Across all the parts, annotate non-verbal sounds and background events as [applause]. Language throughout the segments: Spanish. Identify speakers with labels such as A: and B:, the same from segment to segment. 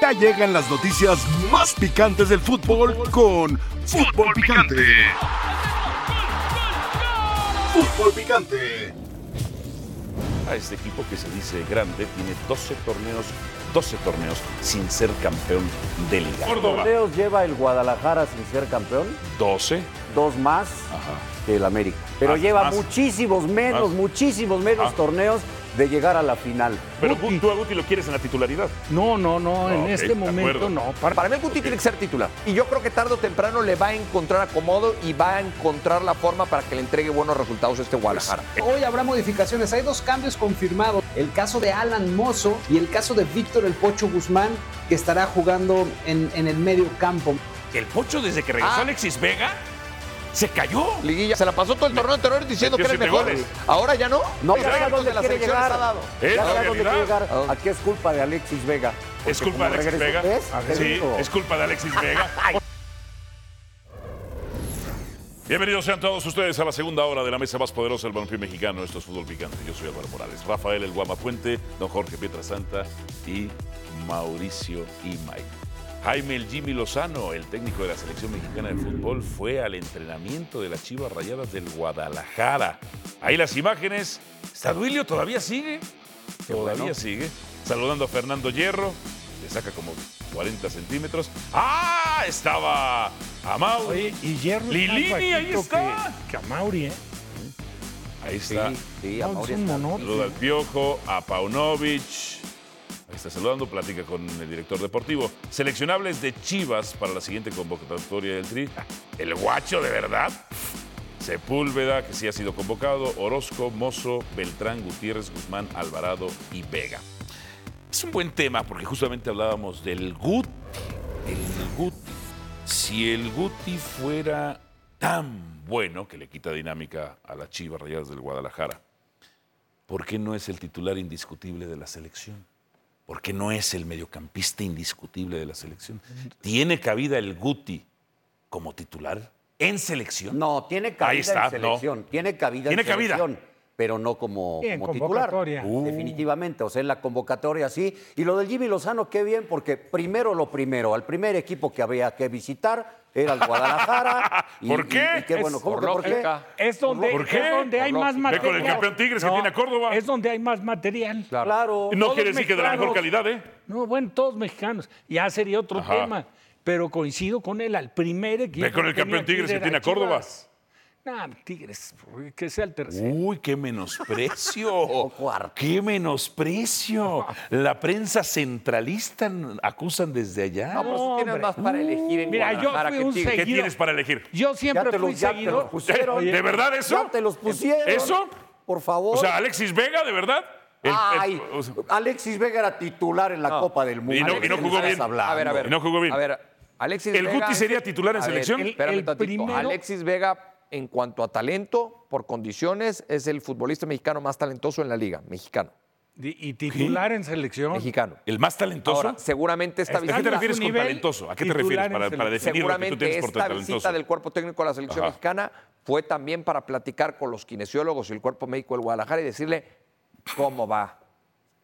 A: Ya llegan las noticias más picantes del fútbol con Fútbol Picante. Fútbol Picante.
B: A este equipo que se dice grande tiene 12 torneos, 12 torneos sin ser campeón de liga.
C: ¿Cuántos torneos lleva el Guadalajara sin ser campeón?
B: 12.
C: Dos más que el América. Pero
D: Más,
C: lleva
D: más.
C: muchísimos menos,
D: Más.
C: muchísimos menos
D: Ah.
C: torneos de llegar a la final.
D: Pero Guti. tú a Guti lo quieres en la titularidad.
E: No, no, no, en
D: Ah, Ok, de
E: este
D: acuerdo.
E: momento no. Para-
F: Para mí el Guti tiene que ser titular. Y yo creo que tarde o temprano le va a encontrar acomodo y va a encontrar la forma para que le entregue buenos resultados a este Guadalajara.
D: Eh,
G: Hoy habrá modificaciones. Hay dos cambios confirmados: el caso de Alan Mozo y el caso de Víctor El Pocho Guzmán, que estará jugando en, en el medio campo.
D: El Pocho desde que regresó
F: Ah.
D: Alexis Vega se cayó.
F: Liguilla, se la pasó todo el torneo anterior diciendo que
D: metió
F: era el
D: siete
F: mejor.
D: goles.
F: Ahora ya no.
C: No,
F: Los
C: ya sabe
F: réditos
C: dónde
F: de las
C: quiere
F: elecciones
C: llegar.
F: ha dado.
D: Es la
C: Ya sabe dónde
D: realidad.
C: quiere llegar.
F: ¿A dónde?
C: Aquí es culpa de Alexis Vega. Porque
D: Es culpa de
C: como
D: Alexis
C: regresó-
D: Vega. Ah,
C: ¿Ves? Te
D: Sí,
C: digo.
D: es culpa de Alexis Vega.
C: [laughs]
D: Bienvenidos sean todos ustedes a la segunda hora de la mesa más poderosa del balompié mexicano. Esto es Fútbol Picante. Yo soy Álvaro Morales, Rafael El Guamapuente, don Jorge Pietrasanta y Mauricio Imay. Jaime El Jimmy Lozano, el técnico de la selección mexicana de fútbol, fue al entrenamiento de las Chivas Rayadas del Guadalajara. Ahí las imágenes. Staduilio todavía sigue. Todavía sigue. Saludando a Fernando Hierro. Le saca como 40 centímetros. ¡Ah! Estaba Amau.
E: Oye, y Jerry
D: Lilini, ahí está.
E: Que, que a Mauri, ¿eh?
D: Ahí
F: Sí,
D: está.
F: sí, a
E: No, es
F: Mauri
E: un
F: está.
E: monólogo.
D: Saluda al Piojo, a Paunovic. Ahí está saludando, platica con el director deportivo. Seleccionables de Chivas para la siguiente convocatoria del Tri.
E: Ah.
D: El guacho, de verdad. Sepúlveda, que sí ha sido convocado. Orozco, Mozo, Beltrán, Gutiérrez, Guzmán, Alvarado y Vega. Es un buen tema porque justamente hablábamos del Guti. El Guti. Si el Guti fuera tan bueno que le quita dinámica a las Chivas Rayadas del Guadalajara, ¿por qué no es el titular indiscutible de la selección? ¿Por qué no es el mediocampista indiscutible de la selección? ¿Tiene cabida el Guti como titular en selección?
C: No, tiene
D: Ahí
C: cabida
D: está, no.
C: en selección. Tiene cabida
D: Tiene
C: en
D: cabida.
C: selección. Pero no como,
E: Sí, en
C: como titular.
E: convocatoria.
D: Uh.
C: Definitivamente. O sea, en la convocatoria sí. Y lo del Jimmy Lozano, qué bien, porque primero lo primero, al primer equipo que había que visitar era el
D: [laughs]
C: Guadalajara. y-
D: ¿Por qué?
C: y- y qué bueno, ¿cómo
F: Por
C: que por qué?
F: lógica.
E: Es donde,
D: ¿Por qué?
E: es donde hay
F: Por
E: más
F: lógica.
D: Ve
E: material.
D: con el campeón Tigres que tiene a Córdoba.
E: Es donde hay más material.
C: Claro.
D: No
E: todos
D: quiere decir que de la mejor
E: mexicanos.
D: calidad, ¿eh?
E: No, bueno, todos mexicanos. Ya sería otro
D: Ajá.
E: tema. Pero coincido con él, al primer equipo.
D: con el
E: que tenía
D: campeón Tigres que
E: era
D: tiene a Córdoba.
E: Chivas. Nah, Tigres, que sea el tercero.
D: Uy, qué [laughs] menosprecio.
C: cuarto.
D: qué menosprecio. La prensa centralista n- acusan desde allá.
F: No, pero tú tienes
E: hombre.
F: más para elegir en
E: Mira, yo
F: Guadalajara
E: fui
F: que
E: un
F: Tigres.
D: ¿Qué
E: seguidor.
D: tienes para elegir? ¿Eh?
E: Yo
C: Ya
E: siempre
C: te,
E: fui
C: los, ya te los
E: seguidor.
C: pusieron.
D: ¿De verdad eso?
C: Ya te los pusieron.
D: ¿Eso?
C: Por favor.
D: O sea, Alexis Vega, ¿de verdad? El- el-
C: Ay,
D: o sea,
C: Alexis Vega era titular en la Copa del Mundo.
D: Y no- y no
C: ¿Qué
D: jugó
C: estás
D: bien.
C: hablando?
F: A ver, a ver.
D: Y no jugó bien.
F: A ver, Alexis
D: ¿El
F: Vega
D: Guti
F: es-
D: sería titular en
F: A ver,
D: selección?
E: El-
F: espérame
E: el
F: tantito.
E: primero-
F: Alexis Vega, en cuanto a talento, por condiciones, es el futbolista mexicano más talentoso en la liga. Mexicano.
E: Y y titular en selección.
F: Mexicano.
D: ¿El más talentoso?
F: Ahora, seguramente esta
E: Está
D: ¿A qué te
F: visita.
E: en
D: refieres
E: su
D: con
E: nivel
D: talentoso? ¿A qué te
E: titular
D: refieres
E: en
D: para, para
E: selección.
D: definir lo que tú
F: Seguramente
D: tienes por
F: esta visita
D: talentoso?
F: del cuerpo técnico de la selección
D: Ajá.
F: mexicana fue también para platicar con los kinesiólogos y el cuerpo médico del Guadalajara y decirle cómo va,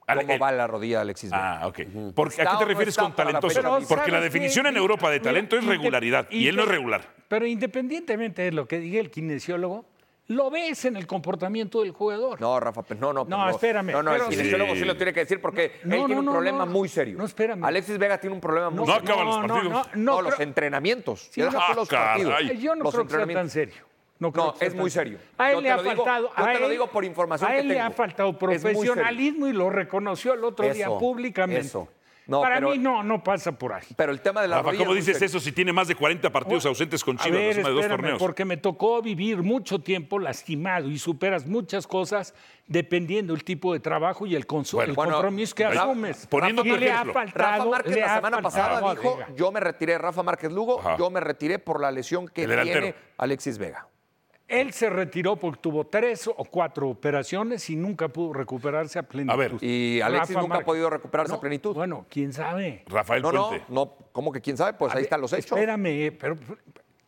D: Ale-
F: cómo
D: el-
F: va la rodilla de Alexis Vega.
D: Ah, ok. ¿Por qué- ¿A
F: ¿Está
D: qué
F: o
D: te
F: no
D: refieres
F: está
D: con
F: para la
D: talentoso?
F: fecha
E: ¿sabes
D: Porque la
E: qué?
D: definición en Europa de
E: Mira,
D: talento es
E: inde-
D: regularidad y él no es regular.
E: Pero independientemente de lo que diga el kinesiólogo, lo ves en el comportamiento del jugador.
F: No, Rafa, pues no, no.
E: No,
F: pues
E: espérame,
F: No, no, el
E: pero-
F: kinesiólogo
D: Sí.
F: sí lo tiene que decir porque
E: No,
F: él
E: no,
F: tiene un
E: no,
F: problema
E: no.
F: muy serio.
E: No, espérame.
F: Alexis Vega tiene un problema muy
D: No
F: serio.
D: acaban los partidos.
E: No,
F: No,
E: no,
F: los
E: creo-
F: entrenamientos.
E: Sí,
F: Ya
E: no.
F: deja tú los
D: Ah,
F: partidos.
D: caray.
E: yo no
F: los
E: creo que sea tan
F: entrenamientos.
E: serio. No, creo
F: No,
E: que sea
F: es muy
E: tan
F: serio.
E: A él
F: Yo
E: le
F: te
E: ha
F: lo digo-
E: faltado.
F: yo
E: a
F: te lo
E: él-
F: digo por información
E: A
F: que
E: él le
F: tengo.
E: ha faltado
F: Es muy serio.
E: profesionalismo y lo reconoció el otro día
C: Eso,
E: públicamente.
C: eso.
F: No,
E: Para
F: pero-
E: mí no, no pasa por ahí.
F: Pero el tema de la
D: Rafa,
F: rodilla
D: ¿cómo
F: es muy
D: dices eso
F: serio.
D: si tiene más de 40 partidos ausentes con
E: A
D: Chivas en la
E: ver,
D: suma de dos
E: espérame,
D: torneos?
E: porque me tocó vivir mucho tiempo lastimado y superas muchas cosas dependiendo el tipo de trabajo y el, consu-
D: Bueno,
E: el
F: bueno,
E: compromiso que
D: Rafa,
E: asumes.
D: poniendo
E: Y
D: tu
E: le ha
D: ejemplo.
E: faltado,
F: Rafa Márquez
E: le
F: la
E: ha
F: semana pasada
E: faltado a
F: dijo,
E: Vega.
F: yo me retiré, Rafa Márquez Lugo,
D: Ajá.
F: yo me retiré por la lesión que
D: El delantero.
F: tiene Alexis Vega.
E: Él se retiró porque tuvo tres o cuatro operaciones y nunca pudo recuperarse a plenitud.
D: A ver.
F: Y Alexis
E: Rafa
F: nunca ha
E: Márquez.
F: podido recuperarse
E: No,
F: a plenitud.
E: Bueno, quién sabe.
D: Rafael
F: no, no,
D: Puente.
F: no, ¿cómo que quién sabe? Pues
E: A
F: ahí
E: ver,
F: están los hechos.
E: Espérame, pero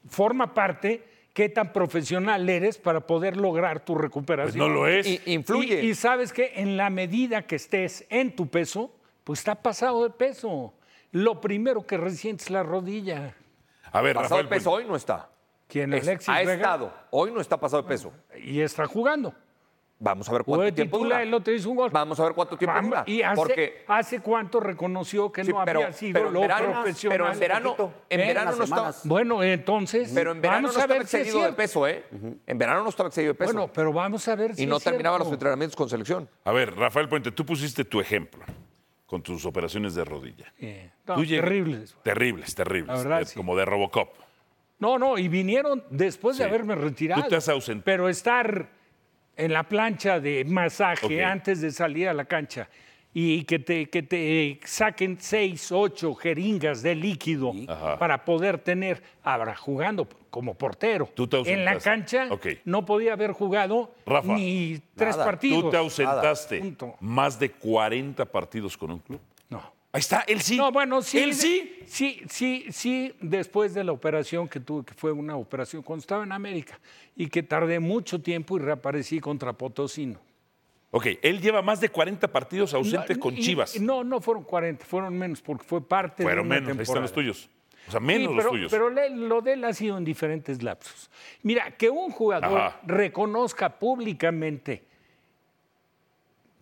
E: forma parte qué tan profesional eres para poder lograr tu recuperación.
D: Pues no lo es.
F: Y- influye.
E: Y, y sabes que en la medida que estés en tu peso, pues está pasado de peso. lo primero que resiente es la rodilla.
D: A ver,
F: Pasado de
D: Rafael.
F: peso hoy no está.
E: Quien
F: Es-
E: Alexis
F: ha
E: Vega-
F: estado. Hoy no está pasado de peso.
E: Y está jugando.
F: Vamos a ver
E: Jugó de
F: cuánto tiempo
E: titular,
F: dura.
E: el otro hizo un gol.
F: Vamos a ver cuánto tiempo
E: Vamos,
F: dura.
E: Y hace,
F: Porque
E: hace cuánto reconoció que
F: Sí,
E: no
F: pero-
E: había sido
F: pero en
E: lo
F: verano-
E: profesional.
F: pero en verano- en verano no estaba-
E: Bueno, entonces,
F: Pero en verano
E: vamos
F: no
E: a
F: estaba
E: ver si es
F: excedido de
E: cierto.
F: peso, ¿eh? En verano no estaba excedido de peso.
E: Bueno, pero vamos a ver si
F: y no
E: es cierto. Eh,
F: terminaba los entrenamientos con selección.
D: A ver, Rafael Puente, tú pusiste tu ejemplo con tus operaciones de rodilla.
E: Eh, no,
D: Tú lleg-
E: terribles.
D: Terribles, terribles.
E: La verdad,
D: de-
E: sí.
D: Como de Robocop.
E: No, no, y vinieron después de
D: Sí.
E: haberme retirado.
D: Tú te has ausentado.
E: Pero estar en la plancha de masaje
D: Ok.
E: antes de salir a la cancha y que te, que te saquen seis, ocho jeringas de líquido
D: Ajá.
E: para poder tener, ahora jugando como portero.
D: Tú te
E: en la
D: ausentaste.
E: cancha
D: Ok.
E: no podía haber jugado
D: Rafa,
E: ni tres
C: nada.
E: partidos.
D: tú te ausentaste
E: Punto.
D: más de 40 partidos con un club.
E: No.
D: Ahí está, él sí.
E: No, bueno, sí.
D: Él sí.
E: Sí, sí, sí, después de la operación que tuve, que fue una operación cuando estaba en América y que tardé mucho tiempo y reaparecí contra Potosino.
D: Ok, él lleva más de 40 partidos ausente
E: No,
D: con
E: y-
D: Chivas.
E: No, no fueron 40, fueron menos porque fue parte de
D: Fueron
E: una
D: menos, ahí están
E: temporada.
D: los tuyos. O sea, menos
E: Sí, pero,
D: los tuyos.
E: pero le- lo de él ha sido en diferentes lapsos. Mira, que un jugador
D: Ajá.
E: reconozca públicamente,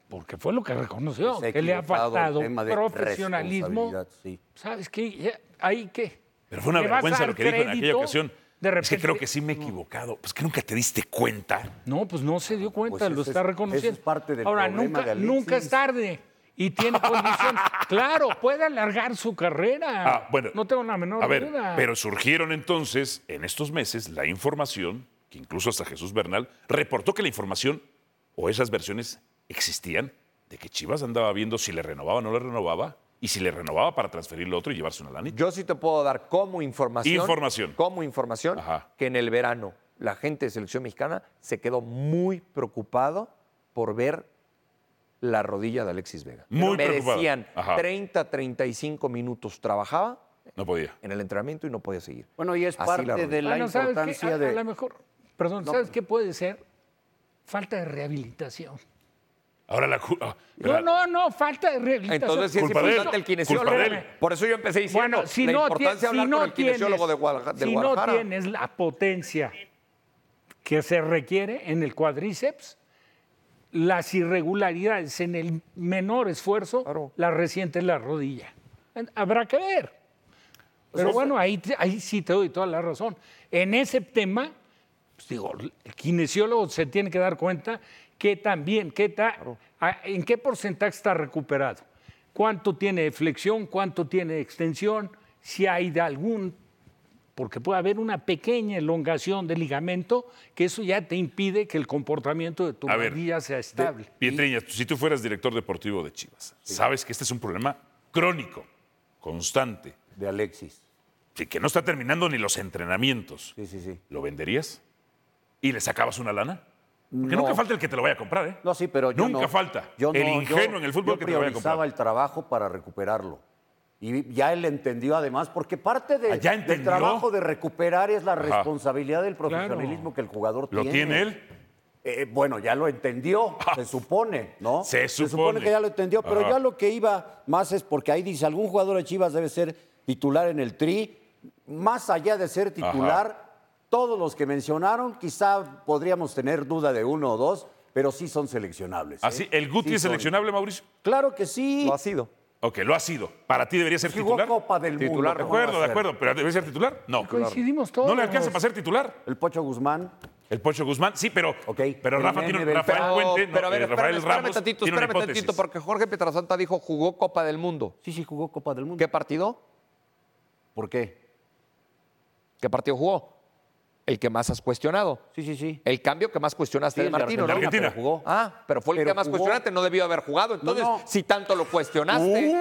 E: porque fue lo que reconoció,
C: Se ha
E: que le ha
C: equivocado,
E: faltado
C: tema de
E: profesionalismo.
C: responsabilidad, sí.
E: ¿Sabes qué? Ya, ¿Ahí qué?
D: Pero fue una
E: ¿Le vas a
D: vergüenza
E: dar
D: lo que dijo en aquella
E: crédito?
D: ocasión.
E: De
D: Es que
E: repente-
D: creo que sí me he equivocado. Pues que nunca te diste cuenta.
E: No, pues no se dio cuenta,
C: Pues
E: lo
C: ese
E: está
C: es- ese
E: reconociendo.
C: es parte del
E: Ahora,
C: problema
E: nunca,
C: de Alexis.
E: nunca es tarde y
C: [laughs]
E: tiene condiciones. claro, puede alargar su carrera.
D: Ah, bueno.
E: No tengo la menor
D: A ver,
E: duda.
D: pero surgieron entonces en estos meses la información, que incluso hasta Jesús Bernal reportó que la información o esas versiones existían de que Chivas andaba viendo si le renovaba o no le renovaba y si le renovaba para transferirlo a otro y llevarse una lanita.
F: Yo sí te puedo dar como información.
D: Información.
F: Como información
D: Ajá.
F: que en el verano la gente de selección mexicana se quedó muy preocupado por ver la rodilla de Alexis Vega. Pero
D: Muy
F: Me
D: preocupado.
F: decían
D: Ajá.
F: 30, 35 minutos trabajaba
D: No podía.
F: en el entrenamiento y no podía seguir.
C: Bueno, y es
F: Así la
C: parte
F: rodilla.
C: de la
E: Bueno, Ah, ¿sabes qué?
C: importancia
E: A-
C: de.
E: A lo mejor, perdón, ¿sabes qué puede ser? Falta de rehabilitación.
D: Ahora la... cu- ah,
E: No,
D: ¿verdad?
E: no, no, falta de rehabilitación.
F: Entonces sí es
D: Culpa de él.
F: importante el kinesiólogo.
D: Culpa de él.
F: Por eso yo empecé diciendo
E: Bueno, si
F: la
E: no, tie-
F: importancia de
E: si
F: hablar
E: no
F: con el
E: tienes,
F: kinesiólogo de Guadalajara. del
E: si no
F: Guadalajara.
E: tienes la potencia que se requiere en el cuádriceps, las irregularidades en el menor esfuerzo
F: Claro.
E: las resiente la rodilla. En- Habrá que ver.
F: Pues
E: Pero bueno, ahí, te- ahí sí te doy toda la razón. En ese tema, pues digo, el kinesiólogo se tiene que dar cuenta que también, qué ta- a- en qué porcentaje está recuperado, cuánto tiene de flexión, cuánto tiene de extensión, si hay de algún, porque puede haber una pequeña elongación del ligamento, que eso ya te impide que el comportamiento de tu
D: A ver,
E: rodilla sea estable.
D: Pietriñas, si tú fueras director deportivo de Chivas, sabes que este es un problema crónico, constante,
C: De Alexis.
D: que- que no está terminando ni los entrenamientos.
C: Sí, sí, sí.
D: ¿Lo venderías? ¿Y le sacabas una lana? Porque nunca falta el que te lo vaya a comprar, ¿eh?
C: No, sí, pero yo
D: Nunca
C: no-
D: falta.
C: yo
D: el
C: no,
D: ingenuo
C: yo-
D: en el fútbol
C: yo
D: que te lo vaya a
C: priorizaba
D: comprar.
C: el trabajo para recuperarlo. Y ya él entendió además, porque parte de-
D: Ah, ¿ya
C: del
D: entendió?
C: trabajo de recuperar es la
D: Ajá.
C: responsabilidad del profesionalismo que el jugador
D: ¿Lo
C: tiene.
D: tiene él?
C: Eh, bueno, ya
D: [laughs]
C: lo entendió, se supone, ¿no?
D: Se supone.
C: que ya lo entendió, pero
D: Ajá.
C: ya lo que iba más es porque ahí dice, algún jugador de Chivas debe ser titular en el tri, más allá de ser titular, todos los que mencionaron, quizá podríamos tener duda de uno o dos, pero sí son seleccionables. ¿eh?
D: ¿Así? Ah, ¿El Guti
C: Sí
D: es
C: son.
D: seleccionable, Mauricio?
C: Claro que sí.
F: Lo ha sido.
D: Ok, lo ha sido. ¿para ti debería ser
C: Jugó
D: titular.
C: Copa del
F: Titular,
C: Mundo.
D: De
C: ¿cómo va a
D: acuerdo, de
C: ser?
D: acuerdo. ¿Pero debe ser titular? No.
E: Coincidimos
D: ¿No le
E: todos.
D: alcanza para ser titular?
C: El Pocho Guzmán.
D: El Pocho Guzmán, sí, pero,
C: Ok.
D: pero
C: El
D: Rafa
C: nene
D: tiene,
C: del-
D: Rafael
F: Pero,
D: Puente, no,
F: pero a ver,
D: eh,
F: espérame,
D: Rafael
F: espérame
D: Ramos
F: tantito,
D: tiene una
F: espérame
D: hipótesis.
F: tantito, porque Jorge Pietrasanta dijo jugó Copa del Mundo.
C: Sí, sí, jugó Copa del Mundo.
F: ¿Qué partido?
C: ¿Por qué?
F: ¿Qué partido jugó? El que más has cuestionado.
C: Sí, sí, sí.
F: El cambio que más cuestionaste
C: Sí,
F: de
C: el de
F: Martino, ¿no?
D: Argentina, pero
C: jugó.
F: Ah, pero fue el
C: Pero
F: que más
C: jugó.
F: cuestionaste, no debió haber jugado. Entonces,
C: no.
F: si tanto lo cuestionaste.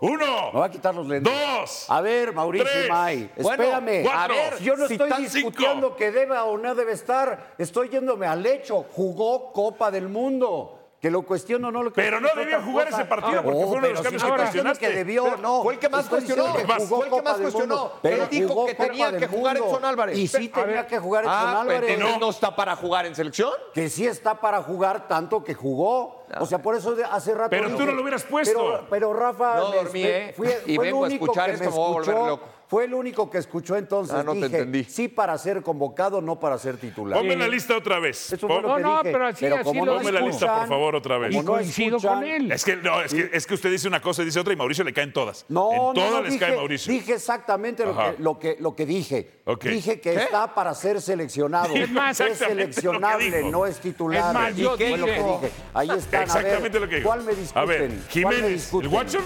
D: Uno.
C: Me va a Ah, quitar los lentes.
D: Dos.
C: A ver, Mauricio
D: Tres.
C: y May,
F: Bueno,
C: espérame.
D: cuatro.
C: a ver, yo no
D: Si
C: estoy
D: tan
C: discutiendo
D: cinco.
C: que deba o no debe estar. Estoy yéndome al hecho. Jugó Copa del Mundo. Que lo cuestiono o no lo
D: Pero no
C: cuestiono es
D: debió
C: otra
D: jugar
C: cosa.
D: ese partido,
C: Ah,
D: porque fue uno de los
C: pero
D: cambios
C: sí
D: que
C: estoy diciendo
D: cuestionaste.
C: que debió, no.
F: Uh, Fue el que más
C: Estoy diciendo
F: cuestionó.
C: que
F: Fue el que
C: Copa
F: más
C: del
F: cuestionó.
C: Mundo,
F: Él
C: pero
F: dijo
C: jugó
F: que
C: Copa
F: tenía
C: del
F: que jugar
C: Mundo.
F: Edson Álvarez.
C: Y sí
F: Pero- a
C: tenía
F: ver.
C: que jugar Edson
F: Ah, pero
C: Álvarez.
F: entonces no está para jugar en selección.
C: Que sí está para jugar tanto que jugó. O sea, por eso de- hace rato.
D: Pero
C: dije-
D: tú no lo hubieras puesto.
C: Pero, pero Rafa.
F: No
C: me-
F: dormí,
C: me-
F: ¿eh? Y vengo a escuchar
C: que
F: esto,
C: me
F: me voy a volver
C: escuchó,
F: loco.
C: Fue el único que escuchó entonces.
F: Ah, no te
C: dije,
F: entendí.
C: Sí, para ser convocado, no para ser titular.
D: Ponme la lista otra vez.
C: Eso
D: Pon-
C: fue lo
E: No,
C: que
E: no,
C: dije.
E: pero así- así
C: como
E: lo
C: no
D: Ponme la lista,
C: escuchan-
D: por favor, otra vez.
E: Y
C: como no
E: coincido
C: escuchan-
E: con él.
D: Es que, no, es, que, es que usted dice una cosa y dice otra y Mauricio le caen todas.
C: No,
D: en
C: no,
D: todas
C: no,
D: les
C: dije,
D: cae Mauricio.
C: dije exactamente lo
D: Ajá.
C: que, lo, que, lo que dije.
D: Ok.
C: Dije que
D: ¿Qué?
C: está para ser seleccionado.
D: Es más,
C: es
D: exactamente lo que
C: seleccionable,
D: dijo.
C: no es titular.
E: Es más,
C: ¿Y
E: yo
C: qué fue lo
E: dije-
C: que dije? Ahí están.
D: Exactamente
C: a ver,
D: lo que dijo.
C: ¿Cuál me discuten?
D: A ver,
C: ¿Cuál me
D: Jiménez,
C: discuten?
D: ¿el Guacho?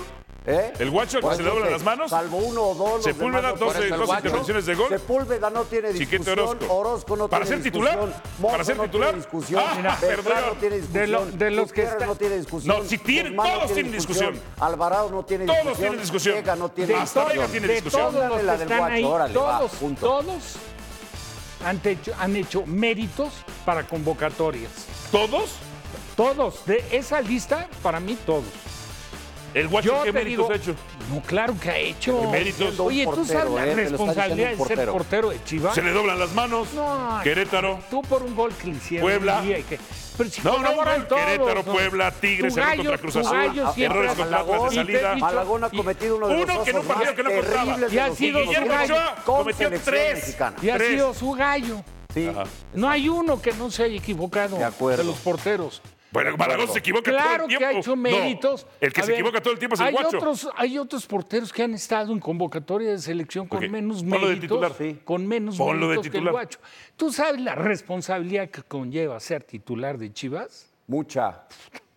C: ¿Eh?
D: ¿El Guacho que
C: Pues
D: se le doblan
C: dije,
D: las manos?
C: Salvo uno o dos. los
D: Sepúlveda,
C: demás no
D: doce-
C: ponen.
F: doce
C: Guacho,
D: intervenciones de gol.
C: Sepúlveda no tiene
D: Chiquete
C: discusión.
D: Orozco.
C: no
D: ¿Para
C: tiene
D: ser
C: discusión,
D: titular?
C: Mozo
D: ¿Para ser
C: no
D: titular?
C: tiene discusión.
D: Ah, mira,
C: Beltrán
D: perdón.
C: no tiene
E: De lo-
C: discusión.
E: de los que
C: Gutiérrez
E: está-
C: no tiene discusión.
D: No, sí tienen,
C: Guzmán no
D: todos
C: tiene
D: tienen discusión.
C: Alvarado no tiene
D: Todos
C: discusión.
D: tienen discusión.
C: Vega no tiene
D: De
C: discusión.
D: todos tiene
E: de
D: discusión.
E: todos los que
C: La del
E: están
C: Guacho,
E: ahí,
C: órale, va,
E: todos,
C: punto.
E: todos han hecho, han hecho méritos para convocatorias.
D: ¿Todos?
E: Todos, de esa lista, para mí todos.
D: ¿El Guacho
E: Yo
D: qué
E: te
D: méritos
E: digo-
D: ha hecho?
E: No, claro que ha hecho.
D: ¿Qué méritos?
E: Oye,
C: Un
E: ¿tú sabes
C: portero,
E: la
C: ¿eh? Te lo está
E: responsabilidad de
C: diciendo un
E: ser
C: portero.
E: portero de Chivas?
D: Se le doblan las manos.
E: No,
D: Querétaro.
E: Tú por un gol que le hicieron.
D: Puebla.
E: un día y que- Pero si
D: No, no,
E: colaboran
D: no,
E: todos,
D: Querétaro,
E: ¿no?
D: Puebla, Tigres,
E: Tu
D: error
E: gallo,
D: contra Cruz
E: tu
D: Azul,
E: gallo
D: ah,
E: siempre
D: errores
E: hace
D: contra
E: algo.
D: Atlas de
E: Y te he
D: salida.
E: dicho-
C: Malagón ha
E: y-
C: cometido uno de los
D: Uno que no
C: osos
D: partió,
C: más
D: que no contaba.
C: terribles
E: Y ha
C: de los
E: sido
C: últimos
E: Guillermo
C: años
D: Ochoa
C: con
D: cometió
C: selección
D: tres.
C: mexicana.
E: Y ha
D: Tres.
E: sido su gallo.
C: Sí,
E: No hay uno que no se haya equivocado
C: De acuerdo.
E: los porteros.
D: Bueno, Malagón se equivoca todo
E: Claro
D: el
E: que
D: tiempo.
E: ha hecho
D: No,
E: méritos.
D: el que
E: A
D: se
E: ver,
D: equivoca todo el tiempo es el
E: hay
D: Guacho.
E: Otros, hay otros porteros que han estado en convocatoria de selección con
D: Ok,
E: menos
D: ponlo de
E: méritos.
D: titular. Sí.
E: Con menos
D: Ponlo de
E: méritos que el
D: titular.
E: Guacho. ¿Tú sabes la responsabilidad que conlleva ser titular de Chivas?
C: mucha.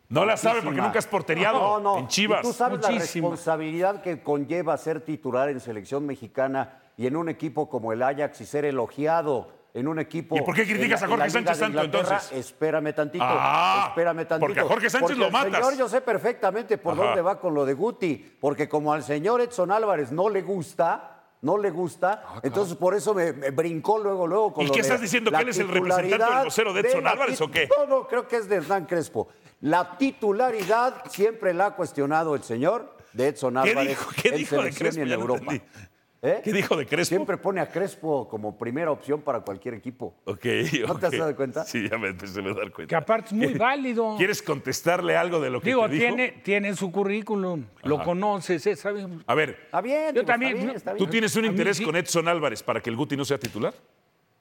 D: No la sabe porque
C: Muchísima.
D: nunca es porteriado
C: No, no.
D: en
C: Y tú
D: Chivas.
C: sabes la
E: Muchísima.
C: responsabilidad que conlleva ser titular en selección mexicana y en un equipo como el Ajax y ser elogiado en un equipo.
D: ¿Y por qué criticas
C: en la-
D: a Jorge
C: en la Liga
D: Sánchez
C: de
D: tanto,
C: Inglaterra?
D: entonces?
C: Espérame tantito.
D: Ah,
C: espérame tantito.
D: porque a Jorge Sánchez
C: Porque
D: lo
C: al
D: matas.
C: Señor, yo sé perfectamente por
D: Ajá.
C: dónde va con lo de Guti, porque como al señor Edson Álvarez no le gusta. No le gusta, entonces por eso me, me brincó luego, luego con
D: Ah, ¿Y
C: lo
D: qué
C: de
D: estás diciendo,
C: la
D: que él es el representante del
C: titularidad
D: vocero de Edson
C: la
D: Álvarez, o qué?
C: No, no, creo que es de Hernán Crespo. La titularidad siempre la ha cuestionado el señor de Edson
D: ¿Qué
C: Álvarez.
D: dijo? ¿Qué
C: en
D: dijo de
C: selección y
D: Crespo?
C: en
D: Ya no
C: Europa.
D: entendí.
C: ¿Eh?
D: ¿Qué dijo de Crespo?
C: Siempre pone a Crespo como primera opción para cualquier equipo.
D: Ok,
C: ¿No te has
D: ok.
C: dado cuenta?
D: Sí, ya me empecé a dar cuenta.
E: Que aparte
D: [laughs]
E: es muy válido.
D: ¿Quieres contestarle algo de lo que
E: Digo,
D: te dijo?
E: tiene, tiene su currículum, lo conoces, eh, ¿sabes?
D: A ver,
C: Está bien,
E: Yo
C: digo,
E: también,
C: Está bien,
E: no,
C: está bien.
D: ¿tú tienes un
E: A mí
D: interés
E: sí.
D: con Edson Álvarez para que el Guti no sea titular?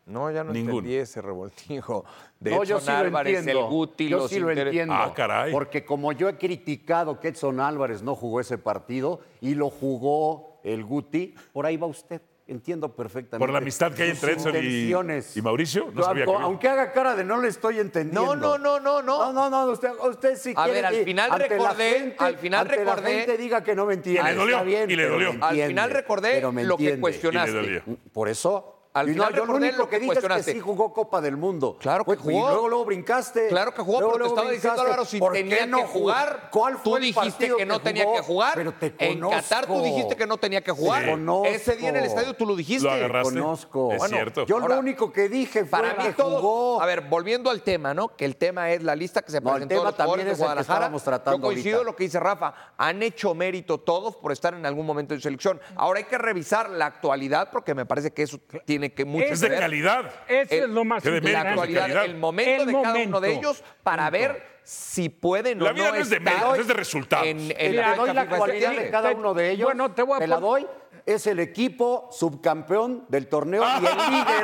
F: No, ya no
D: Ninguno.
F: entendí ese revoltijo de
C: No, yo
F: Edson
C: sí lo
F: Álvarez,
C: entiendo.
F: el Guti,
C: yo
F: los
C: sí lo
F: interes-
C: entiendo.
D: Ah, caray.
C: Porque como yo he criticado que Edson Álvarez no jugó ese partido y lo jugó el Guti, por ahí va usted. Entiendo perfectamente.
D: Por la amistad que hay entre
C: sus
D: Edson y-
C: intenciones.
D: y Mauricio, no
C: Yo,
D: sabía que-
C: aunque haga cara de no le estoy entendiendo.
F: No, no, no, no,
C: No,
F: no.
C: no, no. Usted, usted sí
F: A
C: quiere
F: ver, al
C: que
F: final
C: ante la
F: recordé-
C: gente-
F: al final
C: ante la
F: recordé-
C: gente diga que no me entiende.
D: Y le dolió,
C: Está bien,
D: y le
C: pero me
D: dolió.
C: entiende,
F: Al final recordé
C: pero me
F: lo que
C: entiende.
D: Y le
F: cuestionaste.
D: dolió.
C: Por eso.
F: Al
C: Y no,
F: final
C: yo lo
F: recordé
C: único
F: lo
C: que
F: que
C: dije es que
F: cuestionaste.
C: sí jugó Copa del Mundo.
F: Claro que
C: Pues,
F: jugó.
C: Y luego, luego brincaste.
F: Claro que jugó,
C: Luego,
F: pero te
C: luego
F: estaba diciendo,
C: brincaste.
F: Álvaro, si
C: ¿Por qué
F: tenía
C: no
F: que
C: jugó?
F: jugar.
C: ¿Cuál fue
F: Tú
C: el
F: dijiste
C: partido
F: que no tenía
C: jugó?
F: que jugar.
C: Pero te
F: en
C: conozco.
F: Qatar tú dijiste que no tenía que jugar.
C: Te conozco.
F: Ese día en el estadio tú lo dijiste.
D: Lo agarraste.
C: Conozco.
D: Es
C: Bueno,
D: cierto.
C: Yo
F: Ahora,
C: lo único que dije fue
F: Para mí
C: que
F: todo.
C: jugó.
F: A ver, volviendo al tema, ¿no? Que el tema es la lista que se
C: No, el
F: presentó
C: tema
F: a los jugadores
C: también
F: de
C: es el que
F: Guadalajara.
C: estábamos tratando
F: Yo coincido
C: ahorita.
F: lo que dice Rafa. Han hecho mérito todos por estar en algún momento en selección. Ahora hay que revisar la actualidad porque me parece que eso tiene que mucho
E: Es
D: Es
F: que
D: de
F: ver.
D: calidad.
E: Eso
F: El-
E: es lo más
D: que de
F: Eh, la
D: mérito,
E: importante.
D: de calidad.
F: actualidad, el momento
E: El
F: de cada uno
E: momento.
F: de ellos para ver si pueden o
D: La vida no es de
F: estar
D: méritos, es de resultados.
F: En,
E: Te
F: en
E: la
F: la
E: doy
C: doy
F: fecha
C: la
F: FIFA
C: cualidad
F: este
C: de
F: año.
C: cada uno de ellos.
E: Bueno, te voy a
C: la
E: pon-
C: doy. Es el equipo subcampeón del torneo
D: [laughs]
C: y el líder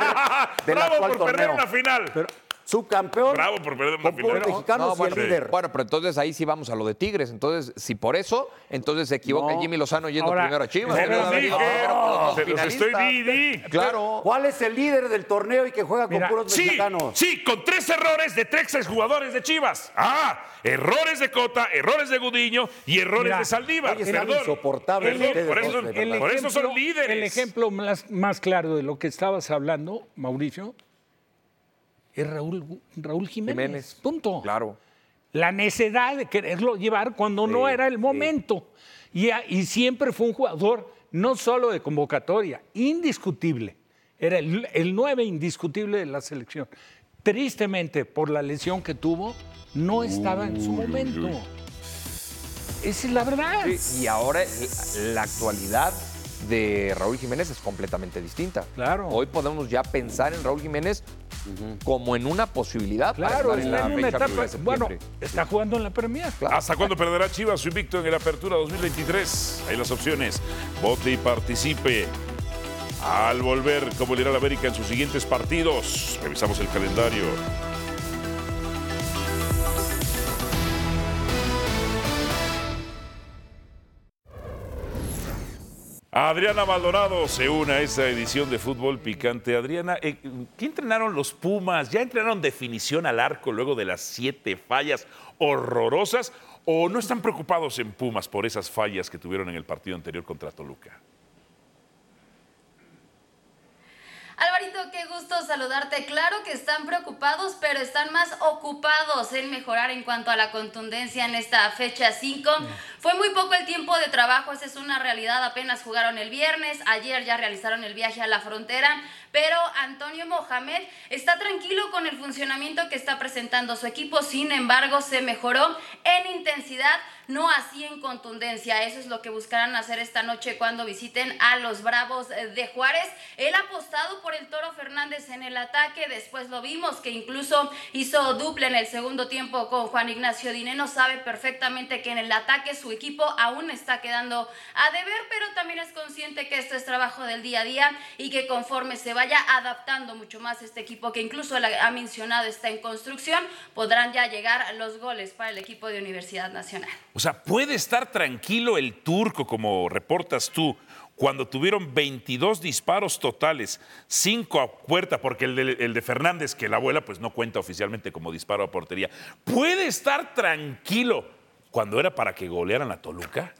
C: del
D: Bravo
C: actual
D: por perder
C: torneo.
D: una final.
C: Subcampeón.
D: Bravo por perder una
C: con puros
D: final.
C: mexicanos
F: No,
C: y
F: bueno,
C: el líder.
F: bueno, pero entonces ahí sí vamos a lo de Tigres. Entonces, si por eso, entonces se equivoca
C: No.
F: Jimmy Lozano yendo
E: Ahora,
F: primero a Chivas.
D: Se
F: Debió
D: los
F: haber ido
D: dije.
F: primero con los dos
D: Se los estoy
F: finalistas.
D: di, di.
F: Claro.
C: ¿Cuál es el líder del torneo y que juega con
E: Mira,
C: puros
D: Sí,
C: mexicanos?
D: sí, con tres errores de tres jugadores de Chivas. Ah, errores de Cota, errores de Gudiño y errores
E: Mira,
D: de Saldívar.
C: oye, están
D: Perdón.
C: insoportables
D: Perdón,
C: ustedes
D: por,
C: dos,
D: eso,
C: de verdad.
D: por eso son
E: ejemplo-
D: líderes.
E: El ejemplo más, más claro de lo que estabas hablando, Mauricio, es Raúl, Raúl Jiménez.
F: Jiménez.
E: Punto.
F: Claro.
E: La necesidad de quererlo llevar cuando no era el momento. Y, a- y siempre fue un jugador no solo de convocatoria, indiscutible. Era el, el 9 indiscutible de la selección. Tristemente, por la lesión que tuvo, no estaba en su momento. Esa es la verdad.
F: Y ahora la- la actualidad de Raúl Jiménez es completamente distinta.
E: Claro.
F: Hoy podemos ya pensar en Raúl Jiménez como en una posibilidad. para
E: Claro,
F: estar
E: está en una
F: fecha
E: etapa.
F: primera de
E: Bueno,
F: septiembre.
E: está jugando en la Premier.
D: ¿Hasta cuándo perderá Chivas su invicto en la Apertura 2023? Hay las opciones. Vote y participe. Al volver, ¿cómo le irá la América en sus siguientes partidos? Revisamos el calendario. Adriana Maldonado se une a esta edición de Fútbol Picante. Adriana, eh, ¿qué entrenaron los Pumas? ¿Ya entrenaron definición al arco luego de las siete fallas horrorosas? ¿O no están preocupados en Pumas por esas fallas que tuvieron en el partido anterior contra Toluca?
H: Alvarito, qué gusto saludarte. Claro que están preocupados, pero están más ocupados en mejorar en cuanto a la contundencia en esta fecha 5. Fue muy poco el tiempo de trabajo, esa es una realidad. Apenas jugaron el viernes, ayer ya realizaron el viaje a la frontera, pero Antonio Mohamed está tranquilo con el funcionamiento que está presentando su equipo. Sin embargo, se mejoró en intensidad, no así en contundencia. Eso es lo que buscarán hacer esta noche cuando visiten a los Bravos de Juárez. El apostado por el Toro Fernández en el ataque, después lo vimos que incluso hizo dupla en el segundo tiempo con Juan Ignacio Dineno, sabe perfectamente que en el ataque su equipo aún está quedando a deber, pero también es consciente que esto es trabajo del día a día y que conforme se vaya adaptando mucho más este equipo que incluso la- ha mencionado está en construcción, podrán ya llegar los goles para el equipo de Universidad Nacional.
D: O sea, ¿puede estar tranquilo el turco, como reportas tú, cuando tuvieron 22 disparos totales, 5 a puerta, porque el de, el de Fernández, que la abuela, pues no cuenta oficialmente como disparo a portería? ¿Puede estar tranquilo cuando era para que golearan a Toluca?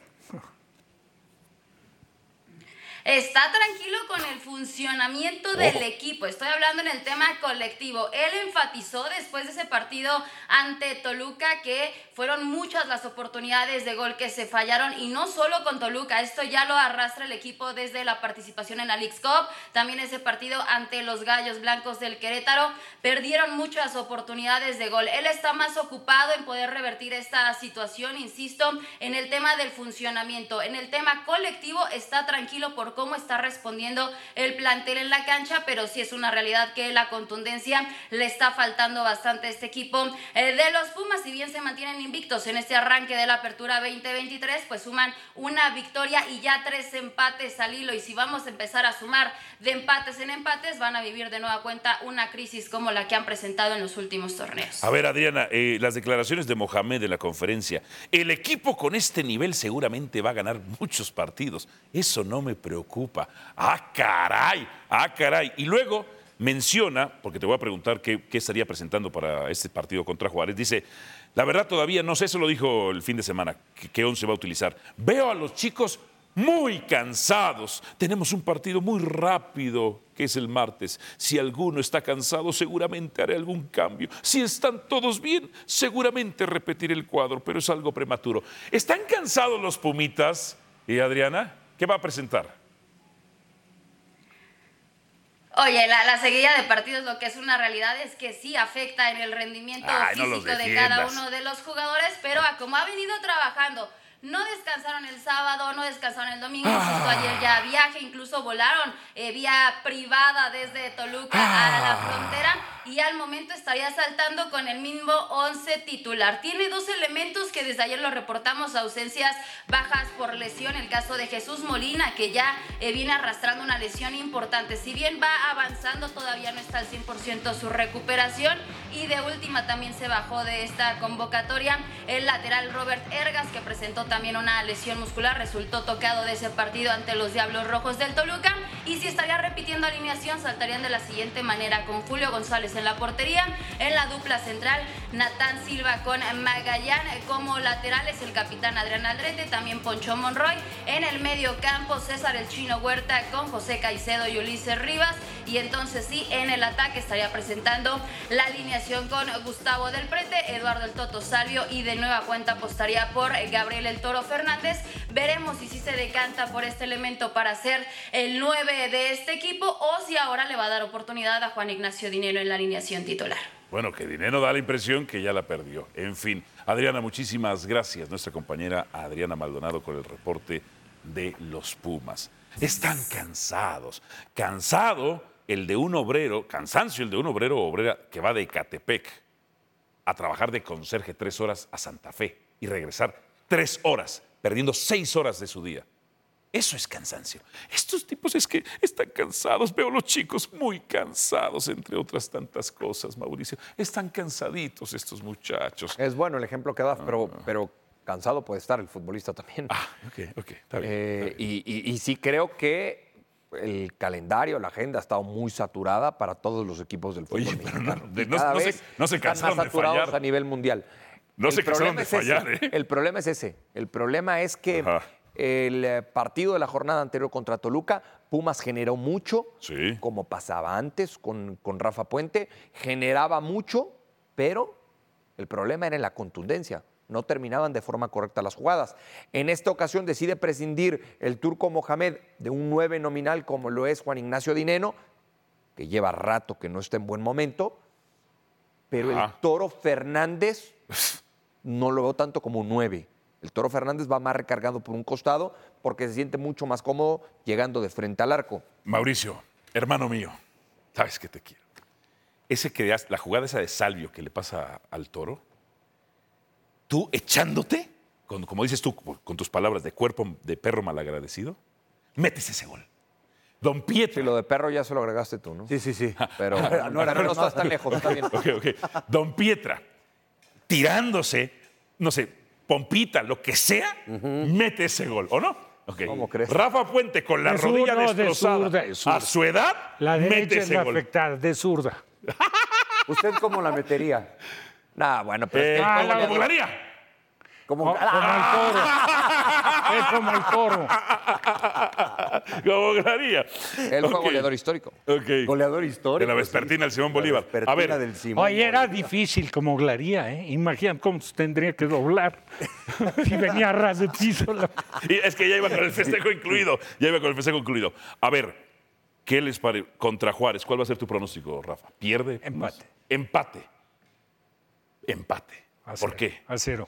H: está tranquilo con el funcionamiento del equipo. Estoy hablando en el tema colectivo. Él enfatizó después de ese partido ante Toluca que fueron muchas las oportunidades de gol que se fallaron y no solo con Toluca. Esto ya lo arrastra el equipo desde la participación en la Leagues Cup. También ese partido ante los Gallos Blancos del Querétaro. Perdieron muchas oportunidades de gol. Él está más ocupado en poder revertir esta situación, insisto, en el tema del funcionamiento. En el tema colectivo está tranquilo por cómo está respondiendo el plantel en la cancha, pero sí es una realidad que la contundencia le está faltando bastante a este equipo eh, de los Pumas. Si bien se mantienen invictos en este arranque de la apertura 2023, pues suman una victoria y ya tres empates al hilo. Y si vamos a empezar a sumar de empates en empates, van a vivir de nueva cuenta una crisis como la que han presentado en los últimos torneos.
D: A ver, Adriana, eh, las declaraciones de Mohamed en la conferencia. El equipo con este nivel seguramente va a ganar muchos partidos. Eso no me preocupa. ¡Ah, caray! ¡Ah, caray! Y luego menciona, porque te voy a preguntar qué, qué estaría presentando para este partido contra Juárez, dice, la verdad todavía no sé, eso lo dijo el fin de semana, que- qué once va a utilizar. Veo a los chicos muy cansados. Tenemos un partido muy rápido, que es el martes. Si alguno está cansado, seguramente haré algún cambio. Si están todos bien, seguramente repetiré el cuadro, pero es algo prematuro. ¿Están cansados los Pumitas? ¿Y Adriana? ¿Qué va a presentar?
H: Oye, la, la seguida de partidos lo que es una realidad es que sí afecta en el rendimiento
D: Ay, no los
H: físico de cada
D: defiendas.
H: uno de los jugadores, pero a como ha venido trabajando, no descansaron el sábado, no descansaron el domingo,
D: Ah.
H: justo ayer ya viaje, incluso volaron eh, vía privada desde Toluca a
D: Ah.
H: la frontera y al momento estaría saltando con el mismo 11 titular. Tiene dos elementos que desde ayer lo reportamos, ausencias bajas por lesión, el caso de Jesús Molina, que ya eh, viene arrastrando una lesión importante. Si bien va avanzando, todavía no está al 100% su recuperación. Y de última también se bajó de esta convocatoria el lateral Robert Ergas, que presentó también una lesión muscular, resultó tocado de ese partido ante los Diablos Rojos del Toluca. Y si estaría repitiendo alineación, saltarían de la siguiente manera con Julio González en la portería, en la dupla central, Natán Silva con Magallán como laterales, el capitán Adrián Aldrete, también Poncho Monroy, en el medio campo César el Chino Huerta con José Caicedo y Ulises Rivas. Y entonces sí, en el ataque estaría presentando la alineación con Gustavo del Prete, Eduardo el Toto Salvio y de nueva cuenta apostaría por Gabriel el Toro Fernández. Veremos si sí se decanta por este elemento para ser el 9 de este equipo o si ahora le va a dar oportunidad a Juan Ignacio Dinero en la alineación titular.
D: Bueno, que dinero da la impresión que ya la perdió. En fin, Adriana, muchísimas gracias. Nuestra compañera Adriana Maldonado con el reporte de los Pumas. Están cansados. Cansado el de un obrero, cansancio el de un obrero o obrera que va de Catepec a trabajar de conserje tres horas a Santa Fe y regresar tres horas, perdiendo seis horas de su día. Eso es cansancio. Estos tipos es que están cansados. Veo a los chicos muy cansados, entre otras tantas cosas, Mauricio. Están cansaditos estos muchachos.
F: Es bueno el ejemplo que da, pero, pero cansado puede estar el futbolista también.
D: Ah, ok, ok, está bien.
F: Eh, y, y- y sí creo que el calendario, la agenda ha estado muy saturada para todos los equipos del fútbol
D: Oye, pero no-
F: mexicano.
D: de-
F: Y
D: no-
F: cada
D: no se-
F: vez
D: no se
F: están
D: cansaron de
F: más saturados
D: fallar.
F: a nivel mundial.
D: No se cansaron
F: problema
D: de
F: es ese.
D: fallar, ¿eh?
F: El problema es ese. El problema es que
D: Ajá.
F: el eh, partido de la jornada anterior contra Toluca, Pumas generó mucho,
D: Sí.
F: como pasaba antes con, con Rafa Puente, generaba mucho, pero el problema era en la contundencia. No terminaban de forma correcta las jugadas. En esta ocasión decide prescindir el turco Mohamed de un 9 nominal como lo es Juan Ignacio Dineno, que lleva rato que no está en buen momento, pero el
D: Ajá.
F: Toro Fernández no lo veo tanto como un 9. El Toro Fernández va más recargado por un costado porque se siente mucho más cómodo llegando de frente al arco.
D: Mauricio, hermano mío, sabes que te quiero. Ese que hace- la jugada esa de Salvio que le pasa al toro, tú echándote, con- como dices tú, con tus palabras de cuerpo de perro malagradecido, metes ese gol. Don
F: Si
D: Pietro.
F: lo de perro ya se lo agregaste tú, ¿no?
C: sí, sí.
F: [laughs]
C: Pero
F: Pero,
C: [laughs] no
F: no,
C: era
F: pero no
C: broma.
F: estás tan lejos,
C: [laughs]
F: está
D: [laughs]
F: bien.
D: Ok, ok. Don Pietra, tirándose, no sé, pompita, lo que sea, mete ese gol, ¿o no? Ok.
F: ¿Cómo crees?
D: Rafa Puente con la
E: De
D: rodilla
E: zurdo, de
D: destrozada.
E: zurda, de zurda.
D: A su edad,
E: La
D: mete
E: derecha es
D: ese
E: la
D: gol.
E: afectada, de zurda.
C: ¿Usted cómo la metería?
F: Nah, bueno, pero es
D: Eh,
F: que
E: Ah,
D: ¿cómo
E: la-
D: lo burlaría?
C: Como,
E: Co- como el toro. Es como el toro.
D: [laughs] ¿Cómo burlaría?
F: él fue
D: Eh, Ok,
F: goleador histórico.
D: ok.
C: goleador
D: De
C: histórico.
D: la vespertina del Simón Bolívar.
C: vespertina
D: A ver,
C: del Simón
E: Oye, era
C: Bolívar.
E: difícil como glaría, ¿eh? Imagínate cómo se tendría que doblar. [laughs] si venía a ras de piso. la-
D: y es que ya iba con el festejo [laughs] incluido. Ya iba con el festejo incluido. A ver, ¿qué les parece? Contra Juárez, ¿cuál va a ser tu pronóstico, Rafa? ¿Pierde?
E: Empate.
D: Empate. Empate. ¿Por qué?
E: A cero.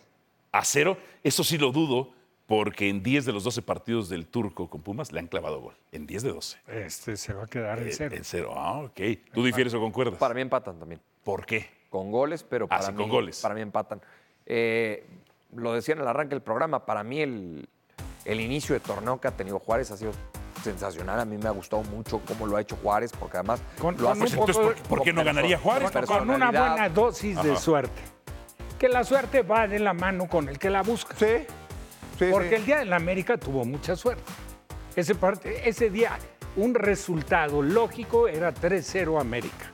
D: a cero, eso sí lo dudo, porque en 10 de los 12 partidos del turco con Pumas le han clavado gol. En 10 de 12.
E: Este se va a quedar en
D: Eh,
E: cero.
D: En cero. Ah, ok. ¿Tú difieres o concuerdas?
F: Para mí empatan también.
D: ¿Por qué?
F: Con goles, pero para,
D: Ah, sí,
F: mí,
D: con goles.
F: para mí empatan. Eh, lo decía en el arranque del programa, para mí el, el inicio de torneo que ha tenido Juárez ha sido sensacional. A mí me ha gustado mucho cómo lo ha hecho Juárez, porque además
E: Con-
F: lo
E: con
F: hace
E: un
F: con-
E: poco
D: Entonces, ¿por, qué- por qué no
F: con
D: ganaría
F: persona-
D: Juárez?
F: con
E: Con una
F: personalidad.
E: buena dosis de suerte. Que la suerte va de la mano con el que la busca.
C: Sí. sí,
E: Porque
C: sí.
E: el día de la América tuvo mucha suerte. Ese, parte, ese día, un resultado lógico era 3-0 América.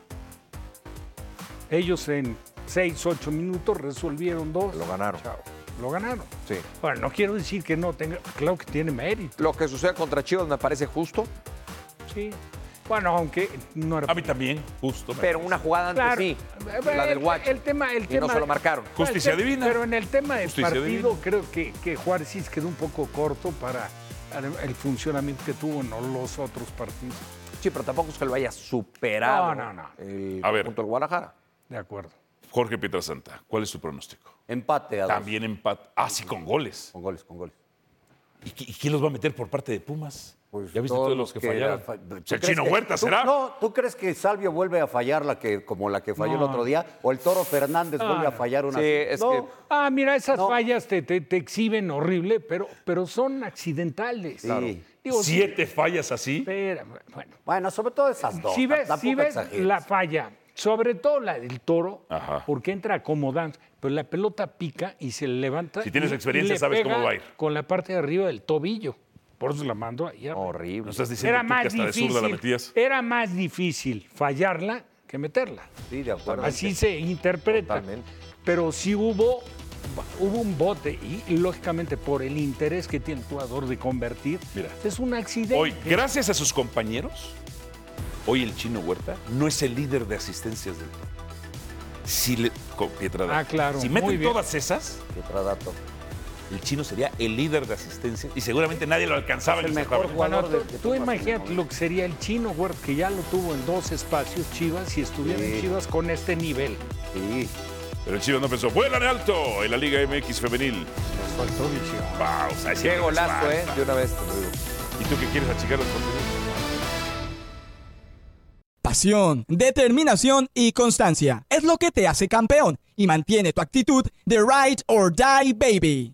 E: Ellos en 6, 8 minutos resolvieron dos.
F: Lo ganaron.
E: Chao. Lo ganaron.
F: Sí.
E: Bueno, no quiero decir que no tenga. Claro que tiene mérito.
F: Lo que sucede contra Chivas me parece justo,
E: Sí. Bueno, aunque no era.
D: A mí también, justo. me
F: pero
D: parece.
F: una jugada antes
E: Claro.
F: sí,
E: Eh,
F: la
E: el-
F: del Guacho.
E: El tema, el
F: y
E: tema.
F: no se lo marcaron.
D: Justicia
E: el tema-
D: divina.
E: Pero en el tema del
D: Justicia
E: partido,
D: divina.
E: creo que, que Juárez sí se quedó un poco corto para el funcionamiento que tuvo en los otros partidos.
F: Sí, pero tampoco es que lo haya superado
E: No, no, no.
F: el
D: A ver.
F: conjunto del Guadalajara.
E: De acuerdo.
D: Jorge Pietra Santa, ¿cuál es tu pronóstico?
C: Empate a dos.
D: También empate. Ah, sí, con goles.
C: Con goles, con goles.
D: ¿Y, qui- y quién los va a meter por parte de Pumas?
C: Pues
D: ¿Ya viste
C: todos
D: todos los que, fallaron?
C: la fa- ¿Tú
D: O sea, el
C: crees
D: chino
C: que-
D: Huerta
C: tú-
D: será.
C: No, ¿tú crees que Salvio vuelve a fallar la que, como la que falló el
E: No.
C: otro día? ¿O el Toro Fernández
E: Ah,
C: vuelve a
E: no.
C: fallar una?
F: Sí,
C: así?
F: es
C: No,
F: que-
E: Ah, mira, esas
C: No.
E: fallas te, te- te exhiben horrible, pero, pero son accidentales.
C: Claro.
E: Digo,
D: Siete fallas así.
E: Espera, bueno.
C: Bueno, sobre todo esas dos.
E: si ves,
C: tampoco
E: si ves
C: exageres.
E: la falla, sobre todo la del toro,
D: Ajá.
E: porque entra acomodando, pero la pelota pica y se levanta.
D: Si tienes
E: y-
D: experiencia,
E: y le
D: sabes cómo
E: pega
D: va a ir.
E: Con la parte de arriba del tobillo. Por eso la mando ahí.
D: ¿No
F: Horrible.
D: estás diciendo
E: Era
D: tú Oh, que
E: más
D: hasta de zurda la metías?
E: difícil. Era más difícil fallarla que meterla.
C: Sí, de acuerdo.
E: Así se interpreta.
F: Totalmente.
E: Pero sí hubo, hubo un bote y, y lógicamente por el interés que tiene el jugador de convertir,
D: Mira.
E: es un accidente.
D: Hoy, gracias a sus compañeros, hoy el chino Huerta no es el líder de asistencias del Toro. Si le, con Pietra Dávila.
E: Ah, claro,
D: Si
E: muy
D: meten
E: bien.
D: todas esas,
C: Otro dato.
D: el chino sería el líder de asistencias y seguramente nadie lo alcanzaba.
C: Es
D: en
C: el
D: esa
C: mejor
D: tabla.
E: Bueno,
C: jugador
E: tú,
C: del que
E: tú
C: Pumas
E: imagínate
C: tiene,
E: lo que sería el chino, güey, que ya lo tuvo en dos espacios Chivas y estuviera en Chivas con este nivel.
C: ¿no? Sí.
D: Pero el chino no pensó, vuelan alto en la Liga MX femenil.
E: Les faltó visión.
D: Pausa. es
F: Qué
D: cierto,
F: golazo, ¿eh?
D: falta.
F: De una vez te lo digo.
D: ¿Y tú qué quieres achicar los contenidos?
I: pasión, determinación y constancia. Es lo que te hace campeón y mantiene tu actitud de ride or die baby.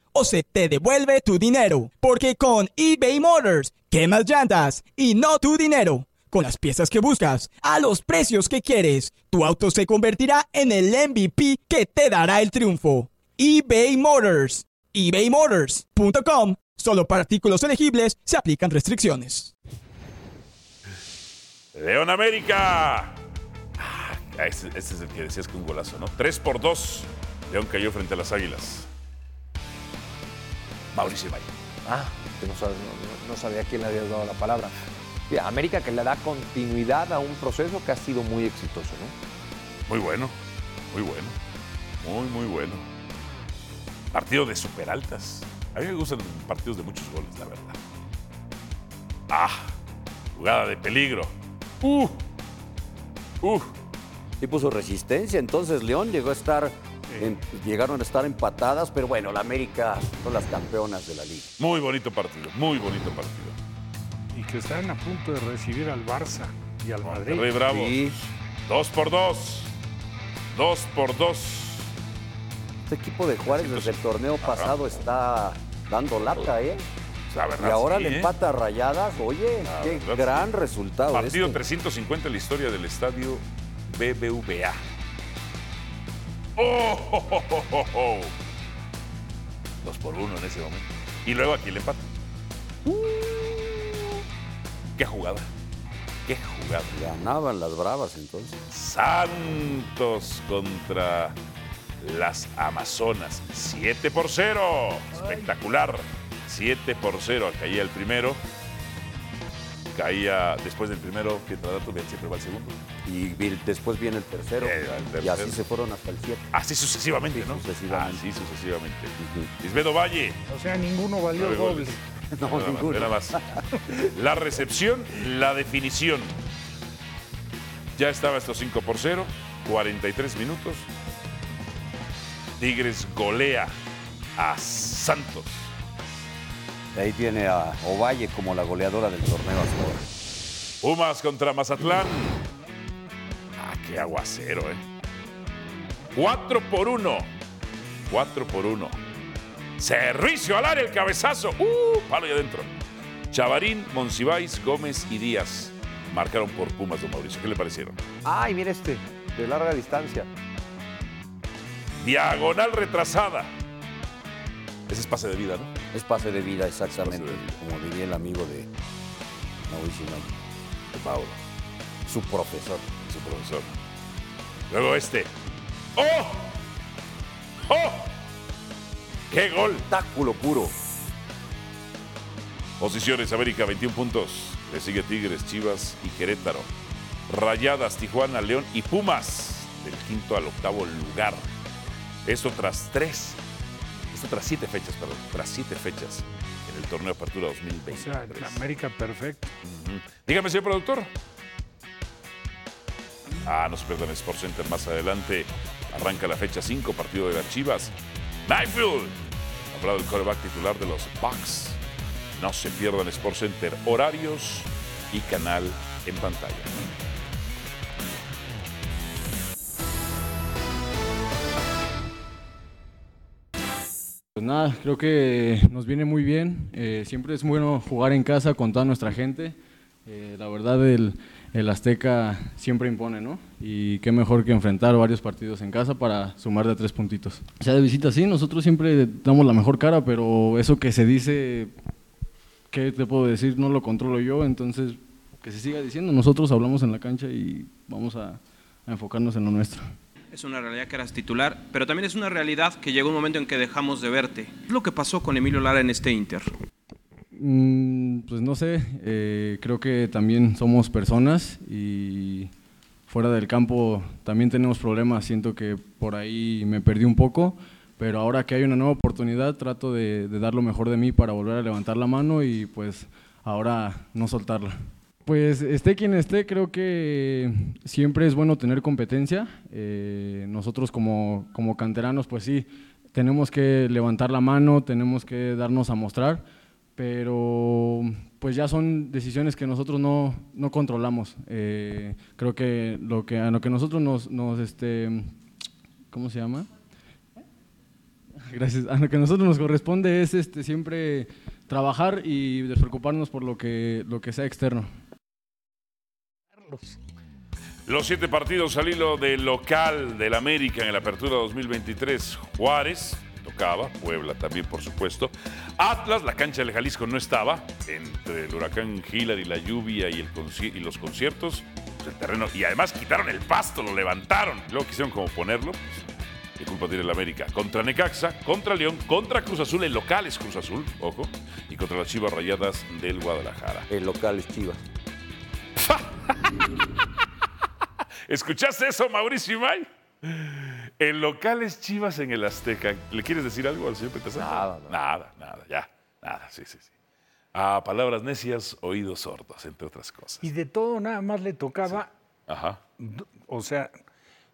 I: o se te devuelve tu dinero. Porque con eBay Motors, quemas llantas y no tu dinero. Con las piezas que buscas, a los precios que quieres, tu auto se convertirá en el MVP que te dará el triunfo. eBay Motors. ebaymotors.com Solo para artículos elegibles se aplican restricciones.
D: León América. Ah, Este, este es el que decías que un golazo, ¿no? 3 por 2. León cayó frente a las Águilas. Mauricio Valle.
F: Ah, que no, sabes- no- no- no sabía quién le había dado la palabra. Mira, América que le da continuidad a un proceso que ha sido muy exitoso, ¿no?
D: Muy bueno. Muy bueno. Muy, muy bueno. Partido de superaltas. A mí me gustan partidos de muchos goles, la verdad. Ah, jugada de peligro. Uh, uh.
C: Sí puso resistencia, entonces León llegó a estar, en- llegaron a estar empatadas, pero bueno, la América son las campeonas de la liga.
D: Muy bonito partido, muy bonito partido.
E: Y que están a punto de recibir al Barça y al Madrid.
D: Monterrey Bravo.
C: Sí,
D: Dos por dos. Dos por dos.
C: este equipo de Juárez desde el torneo pasado está dando lata, ¿eh?
D: La verdad,
C: Y ahora
D: sí,
C: le
D: ¿eh?
C: empata a rayadas, oye, qué
D: verdad,
C: gran
D: sí.
C: resultado.
D: Partido
C: este.
D: 350 en la historia del estadio BBVA. ¡Oh! ho, ho, ho, ho, ho! Oh, [laughs] Dos por uno en ese momento. Y luego aquí el empate. ¡Uh! ¡Qué jugada! ¡Qué jugada!
C: Ganaban las bravas entonces.
D: Santos contra las Amazonas. 7 por 0. Espectacular. 7 por 0. Caía el primero. Caía después del primero. Pietradato bien, siempre va el segundo.
C: Y vi- después viene el tercero.
D: Eh, el
C: Y así
D: tercero.
C: se fueron hasta el 7. [laughs]
D: Así sucesivamente,
C: Sí,
D: ¿no?
C: sucesivamente.
D: Así sucesivamente. Lisbedo Valle.
E: O sea, ninguno valió
D: nueve
E: doble.
D: goles. Nada más, nada más. La recepción, la definición. Ya estaba estos 5 por 0, 43 minutos. Tigres golea a Santos.
C: Ahí tiene a Ovalle como la goleadora del torneo hasta ahora.
D: Pumas contra Mazatlán. Ah, qué aguacero, ¿eh? 4 por 1. 4 por 1. Servicio al área, el cabezazo. ¡Uh! Palo y adentro. Chavarín, Monsiváis, Gómez y Díaz marcaron por Pumas, don Mauricio. ¿Qué le parecieron?
F: Ay, mira este, de larga distancia.
D: Diagonal retrasada. Ese es pase de vida, ¿no?
C: Es pase de vida, exactamente.
D: Es pase de vida.
C: Como diría el amigo de Mauricio Nagy,
D: De Mauro,
C: su profesor.
D: su profesor. Luego este. ¡Oh! ¡Oh! ¡Qué gol!
C: Táculo puro.
D: Posiciones América 21 puntos. Le sigue Tigres, Chivas y Querétaro. Rayadas, Tijuana, León y Pumas del quinto al octavo lugar. Esto tras tres. Esto tras siete fechas, perdón. Tras siete fechas en el torneo de Apertura
E: O sea, la
D: 2023.
E: América perfecta.
D: Dígame, señor productor. Ah, no se pierdan Sports Center más adelante. Arranca la fecha 5, partido de las Chivas. Mayfield. Hablado el coreback titular de los Bucks. No se pierdan Sports Center, horarios y canal en pantalla.
J: Pues nada, creo que nos viene muy bien. Eh, siempre es bueno jugar en casa con toda nuestra gente. Eh, la verdad, el, el Azteca siempre impone, ¿no? Y qué mejor que enfrentar varios partidos en casa para sumar de a tres puntitos. O sea, de visita sí, nosotros siempre damos la mejor cara, pero eso que se dice, ¿qué te puedo decir? No lo controlo yo, entonces que se siga diciendo. Nosotros hablamos en la cancha y vamos a- a enfocarnos en lo nuestro.
K: Es una realidad que eras titular, pero también es una realidad que llegó un momento en que dejamos de verte. ¿Qué es lo que pasó con Emilio Lara en este Inter?
J: Mm, pues no sé, eh, creo que también somos personas y Fuera del campo también tenemos problemas, siento que por ahí me perdí un poco, pero ahora que hay una nueva oportunidad trato de, de dar lo mejor de mí para volver a levantar la mano y pues ahora no soltarla. Pues esté quien esté, creo que siempre es bueno tener competencia. Eh, nosotros como, como canteranos, pues sí, tenemos que levantar la mano, tenemos que darnos a mostrar, pero pues ya son decisiones que nosotros no, no controlamos. Eh, creo que lo que a lo que nosotros nos, nos este, ¿cómo se llama? [laughs] Gracias. A lo que a nosotros nos corresponde es este, siempre trabajar y despreocuparnos por lo que, lo que sea externo.
D: Los siete partidos al hilo del local del América en la apertura 2023. Juárez tocaba, Puebla también, por supuesto. Atlas, la cancha del Jalisco no estaba. Entre el huracán Hillary, la lluvia y, el conci- y los conciertos, pues, el terreno. Y además quitaron el pasto, lo levantaron. Luego quisieron como ponerlo. pues, ¿Qué culpa tiene el América? Contra Necaxa, contra León, contra Cruz Azul, el local es Cruz Azul, ojo, y contra las Chivas Rayadas del Guadalajara.
C: El local es Chivas.
D: [laughs] ¿Escuchaste eso, Mauricio Imay? El local es Chivas en el Azteca. ¿Le quieres decir algo al señor Petazán?
F: Nada, no.
D: Nada, nada, ya. Nada, sí, sí, sí. A palabras necias, oídos sordos, entre otras cosas.
E: Y de todo nada más le tocaba,
D: Ajá.
E: d- o sea,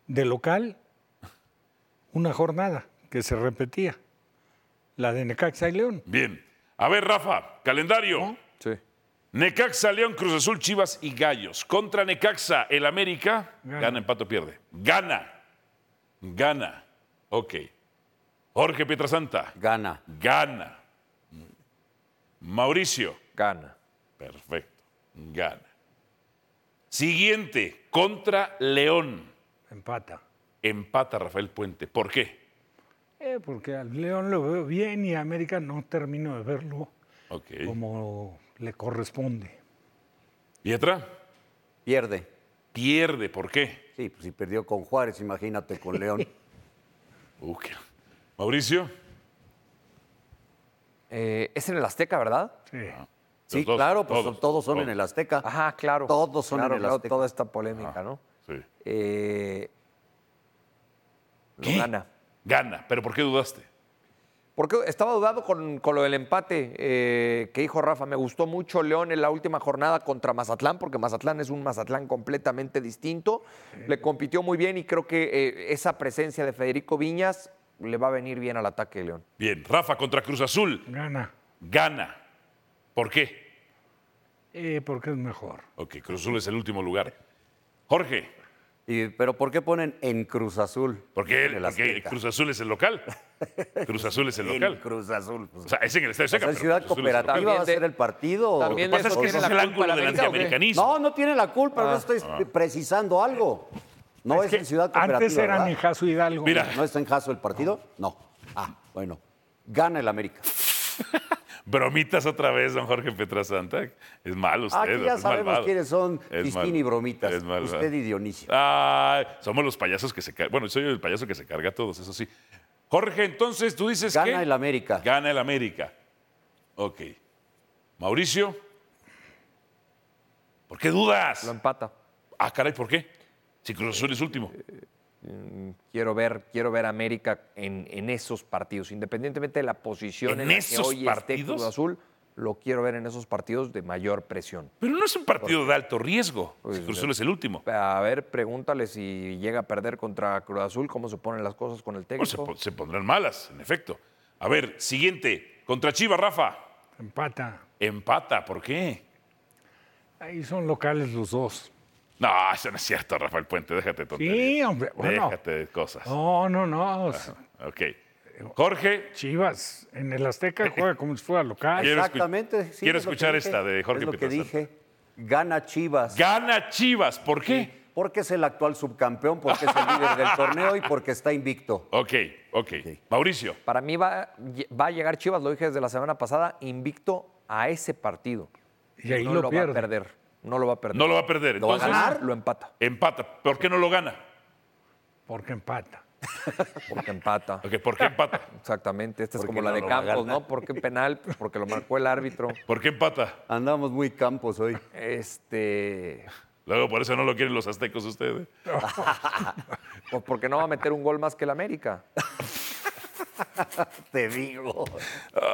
E: de local, una jornada que se repetía. La de Necaxa y León.
D: Bien. A ver, Rafa, calendario.
F: Sí.
D: Necaxa, León, Cruz Azul, Chivas y Gallos. Contra Necaxa, el América. Gana,
E: Gana.
D: empate o pierde. Gana. Gana. Ok. Jorge Pietrasanta.
C: Gana.
D: Gana. Mauricio.
F: Gana.
D: Perfecto. Gana. Siguiente. Contra León.
E: Empata.
D: Empata Rafael Puente. ¿Por qué?
E: Eh, porque al León lo veo bien y a América no termino de verlo
D: Ok.
E: como le corresponde.
D: Pietra.
C: Pierde.
D: Pierde. ¿Por qué?
C: Sí, pues si perdió con Juárez, imagínate con León.
D: [laughs] Uh, qué- Mauricio.
F: Eh, es en el Azteca, ¿verdad?
E: Sí.
C: Sí,
D: Los dos,
C: claro, pues
D: todos,
C: todos, son en
D: todos.
C: el Azteca.
F: Ajá, claro.
C: Ah, Todos son
F: Claro,
C: en el
F: claro,
C: Azteca.
F: Toda esta polémica, ¿no?
D: Sí.
F: Eh, lo
D: ¿Qué?
F: gana.
D: Gana. ¿Pero por qué dudaste?
F: Porque estaba dudado con, con lo del empate eh, que dijo Rafa. Me gustó mucho León en la última jornada contra Mazatlán, porque Mazatlán es un Mazatlán completamente distinto. Le compitió muy bien y creo que eh, esa presencia de Federico Viñas le va a venir bien al ataque de León.
D: Bien. Rafa contra Cruz Azul.
E: Gana.
D: Gana. ¿Por qué?
E: Eh, porque es mejor.
D: Ok, Cruz Azul es el último lugar. Jorge.
C: Y- pero ¿por qué ponen en Cruz Azul?
D: Porque,
C: En el
D: porque
C: Azteca.
D: Cruz Azul es el local. Cruz Azul
C: [laughs]
D: es el
C: En
D: local.
C: Cruz Azul. pues.
D: O sea, es en el Estadio
C: O sea,
D: Azteca, pero
C: Ciudad
D: Cruz Azul es el local.
C: Cooperativa va a
F: También de-
C: ser el partido.
F: también
D: Lo que pasa es
F: Eso
D: que ese
F: tiene
D: es Ah.
F: la Ah.
D: el
F: culpa
D: ángulo
F: la
D: del
F: América, ¿o qué?
D: antiamericanismo.
C: No, no tiene la culpa, yo estoy precisando algo. No es,
E: que
C: en Ciudad Cooperativa.
E: Antes era
C: ¿verdad?
E: Nejazo Hidalgo.
D: Mira,
C: ¿No está en caso el partido? No. Ah, bueno. Gana el América.
D: bromitas otra vez, don Jorge Petrasanta. Es malo usted.
C: Aquí ya
D: es
C: sabemos
D: malvado.
C: quiénes son
D: Es
C: Cristina
D: mal-
C: y Bromitas.
D: es malvado. Ah,
C: Usted y Dionisio.
D: Ay, somos los payasos que se cargan. Bueno, soy yo el payaso que se carga a todos, eso sí. Jorge, entonces tú dices que.
C: Gana el América.
D: Gana el América. Ok. Mauricio. ¿Por qué dudas?
F: Lo empata.
D: Ah, caray, ¿por qué? Si Cruz Azul es último.
E: Eh,
F: Quiero ver, quiero ver a América en, en esos partidos, independientemente de la posición
D: ¿En
F: en, la que
D: esos
F: hoy esté
D: partidos?
F: Cruz Azul, lo quiero ver en esos partidos de mayor presión.
D: Pero no es un partido de alto riesgo.
F: Pues,
D: Si Cruz Azul es el último.
F: A ver, pregúntale si llega a perder contra Cruz Azul, cómo se ponen las cosas con el
D: Bueno, se,
F: técnico.
D: pon- se pondrán malas, en efecto. A ver, siguiente. Contra Chivas, Rafa.
E: Empata.
D: Empata, ¿por qué?
E: Ahí son locales los dos.
D: No, eso no es cierto, Rafael Puente. Déjate de tonterías.
E: Sí, hombre. Bueno.
D: Déjate de cosas.
E: No, no, no.
D: Ok. Jorge,
E: Chivas en
D: [laughs]
E: el Azteca juega como si fuera local.
D: Quiero escu-
C: Exactamente. sí,
D: quiero
C: es lo que
D: escuchar
C: dije.
D: esta de Jorge
C: Es lo que
D: Pietrasanta.
C: dije. Gana Chivas.
D: gana Chivas. ¿Por qué?
C: Porque es el actual subcampeón, porque es el líder del torneo y porque está invicto.
D: Ok, ok. Mauricio,
F: Para mí va, va a llegar Chivas, lo dije desde la semana pasada, invicto a ese partido.
E: Y ahí
F: no
E: lo
F: lo, va
E: pierde.
F: a perder. No lo va a perder.
D: no lo va a perder.
F: Lo va a
D: Entonces,
F: ganar, lo empata.
D: empata. ¿Por qué no lo gana?
E: Porque empata.
C: [laughs]
F: Porque empata.
D: Ok, ¿por qué
F: [laughs]
D: empata?
F: Exactamente. Esta es
C: Porque
F: como la
C: no
F: de
C: lo va a
F: Campos,
C: ganar.
F: ¿no? Porque penal, Pues porque lo marcó el árbitro.
D: ¿Por qué empata?
C: Andamos muy campos hoy.
F: Este.
D: Luego por eso no lo quieren los aztecos ustedes.
F: Pues porque no va a meter un gol más que el América.
C: [laughs] Te digo.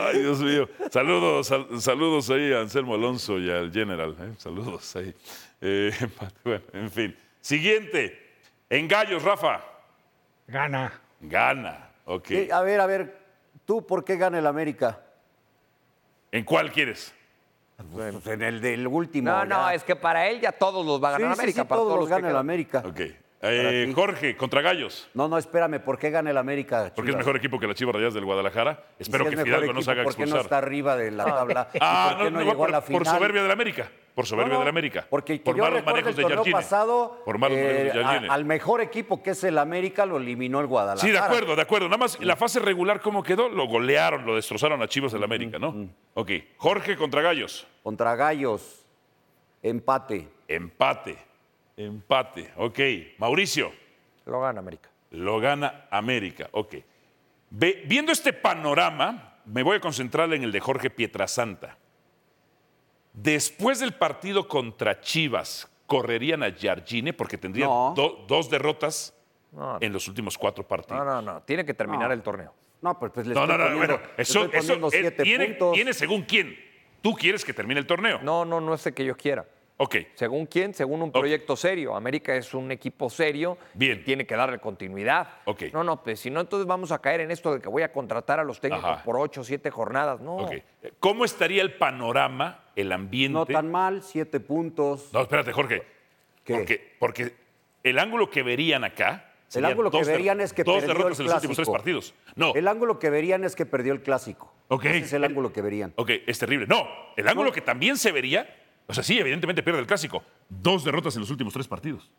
D: Ay, Dios mío. Saludos, sal- saludos ahí a Anselmo Alonso y al General. ¿eh? Saludos ahí. Eh, [laughs] bueno, en fin. Siguiente. En Gallos, Rafa.
E: Gana.
D: Gana. Ok.
C: Sí, Eh, a ver, a ver, ¿tú por qué gana el América?
D: ¿En cuál quieres?
C: Pues en el del último.
F: No, no,
C: ya.
F: es que para él ya todos los va a
C: Sí,
F: ganar
C: sí,
F: América.
C: sí,
F: para
C: todos, los
F: que
C: gana el
F: quedan.
C: América.
D: Ok. Eh, Jorge, contra Gallos.
C: No, no, espérame, ¿por qué gana el América?
D: Porque es
C: Chivas?
D: mejor equipo que las Chivas Rayadas del Guadalajara.
C: Y si
D: Espero
C: es
D: que
C: mejor
D: Fidalgo no
C: equipo,
D: se haga
C: ¿Por qué no
D: expulsar.
C: está arriba de
D: [laughs]
C: la tabla? ¿Y
D: Ah,
C: ¿Por qué no, llegó
D: por,
C: a la
D: por
C: final?
D: soberbia del América. Por soberbia
C: No, no,
D: del América.
C: Porque que
D: por
C: yo
D: malos
C: recuerdo
D: manejos
C: el
D: de
C: torneo
D: Jardine.
C: pasado,
D: Por malos
C: eh,
D: manejos de
C: a-
D: Jardine.
C: al mejor equipo que es el América lo eliminó el Guadalajara.
D: Sí, de acuerdo, de acuerdo. Nada más, la fase regular, ¿cómo quedó? Lo golearon, lo destrozaron a Chivas del América, ¿no? Ok. Jorge contra Gallos.
C: Contra Gallos, empate.
D: Empate. Empate. Ok. Mauricio.
F: Lo gana América.
D: Lo gana América. Ok. Ve- viendo este panorama, me voy a concentrar en el de Jorge Pietrasanta. Después del partido contra Chivas, ¿correrían a Jardine? Porque tendrían
C: No.
D: do- dos derrotas
F: No,
D: en los últimos cuatro
F: no,
D: partidos.
F: no, no, Tiene que terminar
C: No.
F: el torneo.
C: No, pues, pues le
D: No, no,
C: estoy
D: no,
C: poniendo,
D: bueno,
C: le
D: eso,
C: estoy
D: eso
C: poniendo
D: eh,
C: siete
D: tiene,
C: puntos.
D: tiene según quién. Tú quieres que termine el torneo.
F: No, no, no es el que yo quiera.
D: Ok,
F: Según quién, según un proyecto serio. América es un equipo serio.
D: Bien.
F: y Tiene que darle continuidad.
D: Ok.
F: No, no, pues si no, entonces vamos a caer en esto de que voy a contratar a los técnicos
D: Ajá.
F: por ocho, siete jornadas. No.
D: ok. ¿Cómo estaría el panorama, el ambiente?
C: No tan mal, siete puntos.
D: No, espérate, Jorge.
C: ¿Qué?
D: Porque, porque el ángulo que verían acá. serían
C: ángulo que
D: dos der-
C: verían es que
D: Dos
C: perdió
D: derrotas
C: el
D: en los últimos tres
C: clásico.
D: partidos. No.
C: El ángulo que verían es que perdió el clásico.
D: Ok.
C: Ese es el ángulo que verían.
D: Ok, es terrible. No, el ángulo que también se vería. O sea, sí, evidentemente pierde el clásico. Dos derrotas en los últimos tres partidos.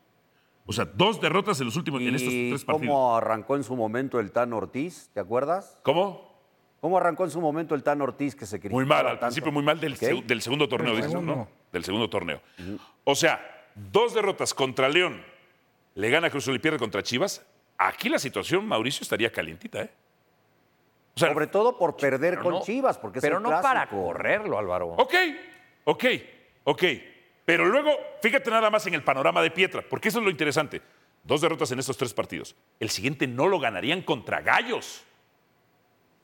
D: O sea, dos derrotas en los últimos en estos
C: ¿Y
D: tres partidos.
C: cómo arrancó en su momento el Tan Ortiz? ¿Te acuerdas?
D: ¿Cómo?
C: ¿Cómo arrancó en su momento el Tan Ortiz que se criticó?
D: Muy mal, al principio muy mal del, seg- del segundo torneo, dices, tú, ¿no? Del segundo torneo. O sea, dos derrotas contra León, le gana Cruz Azul y pierde contra Chivas. Aquí la situación, Mauricio, estaría calientita, ¿eh? O sea,
C: Sobre todo por perder con
F: no-
C: Chivas, porque
F: Pero
C: es el
F: no
C: clásico.
F: para correrlo, Álvaro.
D: ok, ok, ok. Pero luego, fíjate nada más en el panorama de Pietra, porque eso es lo interesante. Dos derrotas en estos tres partidos. El siguiente no lo ganarían contra Gallos.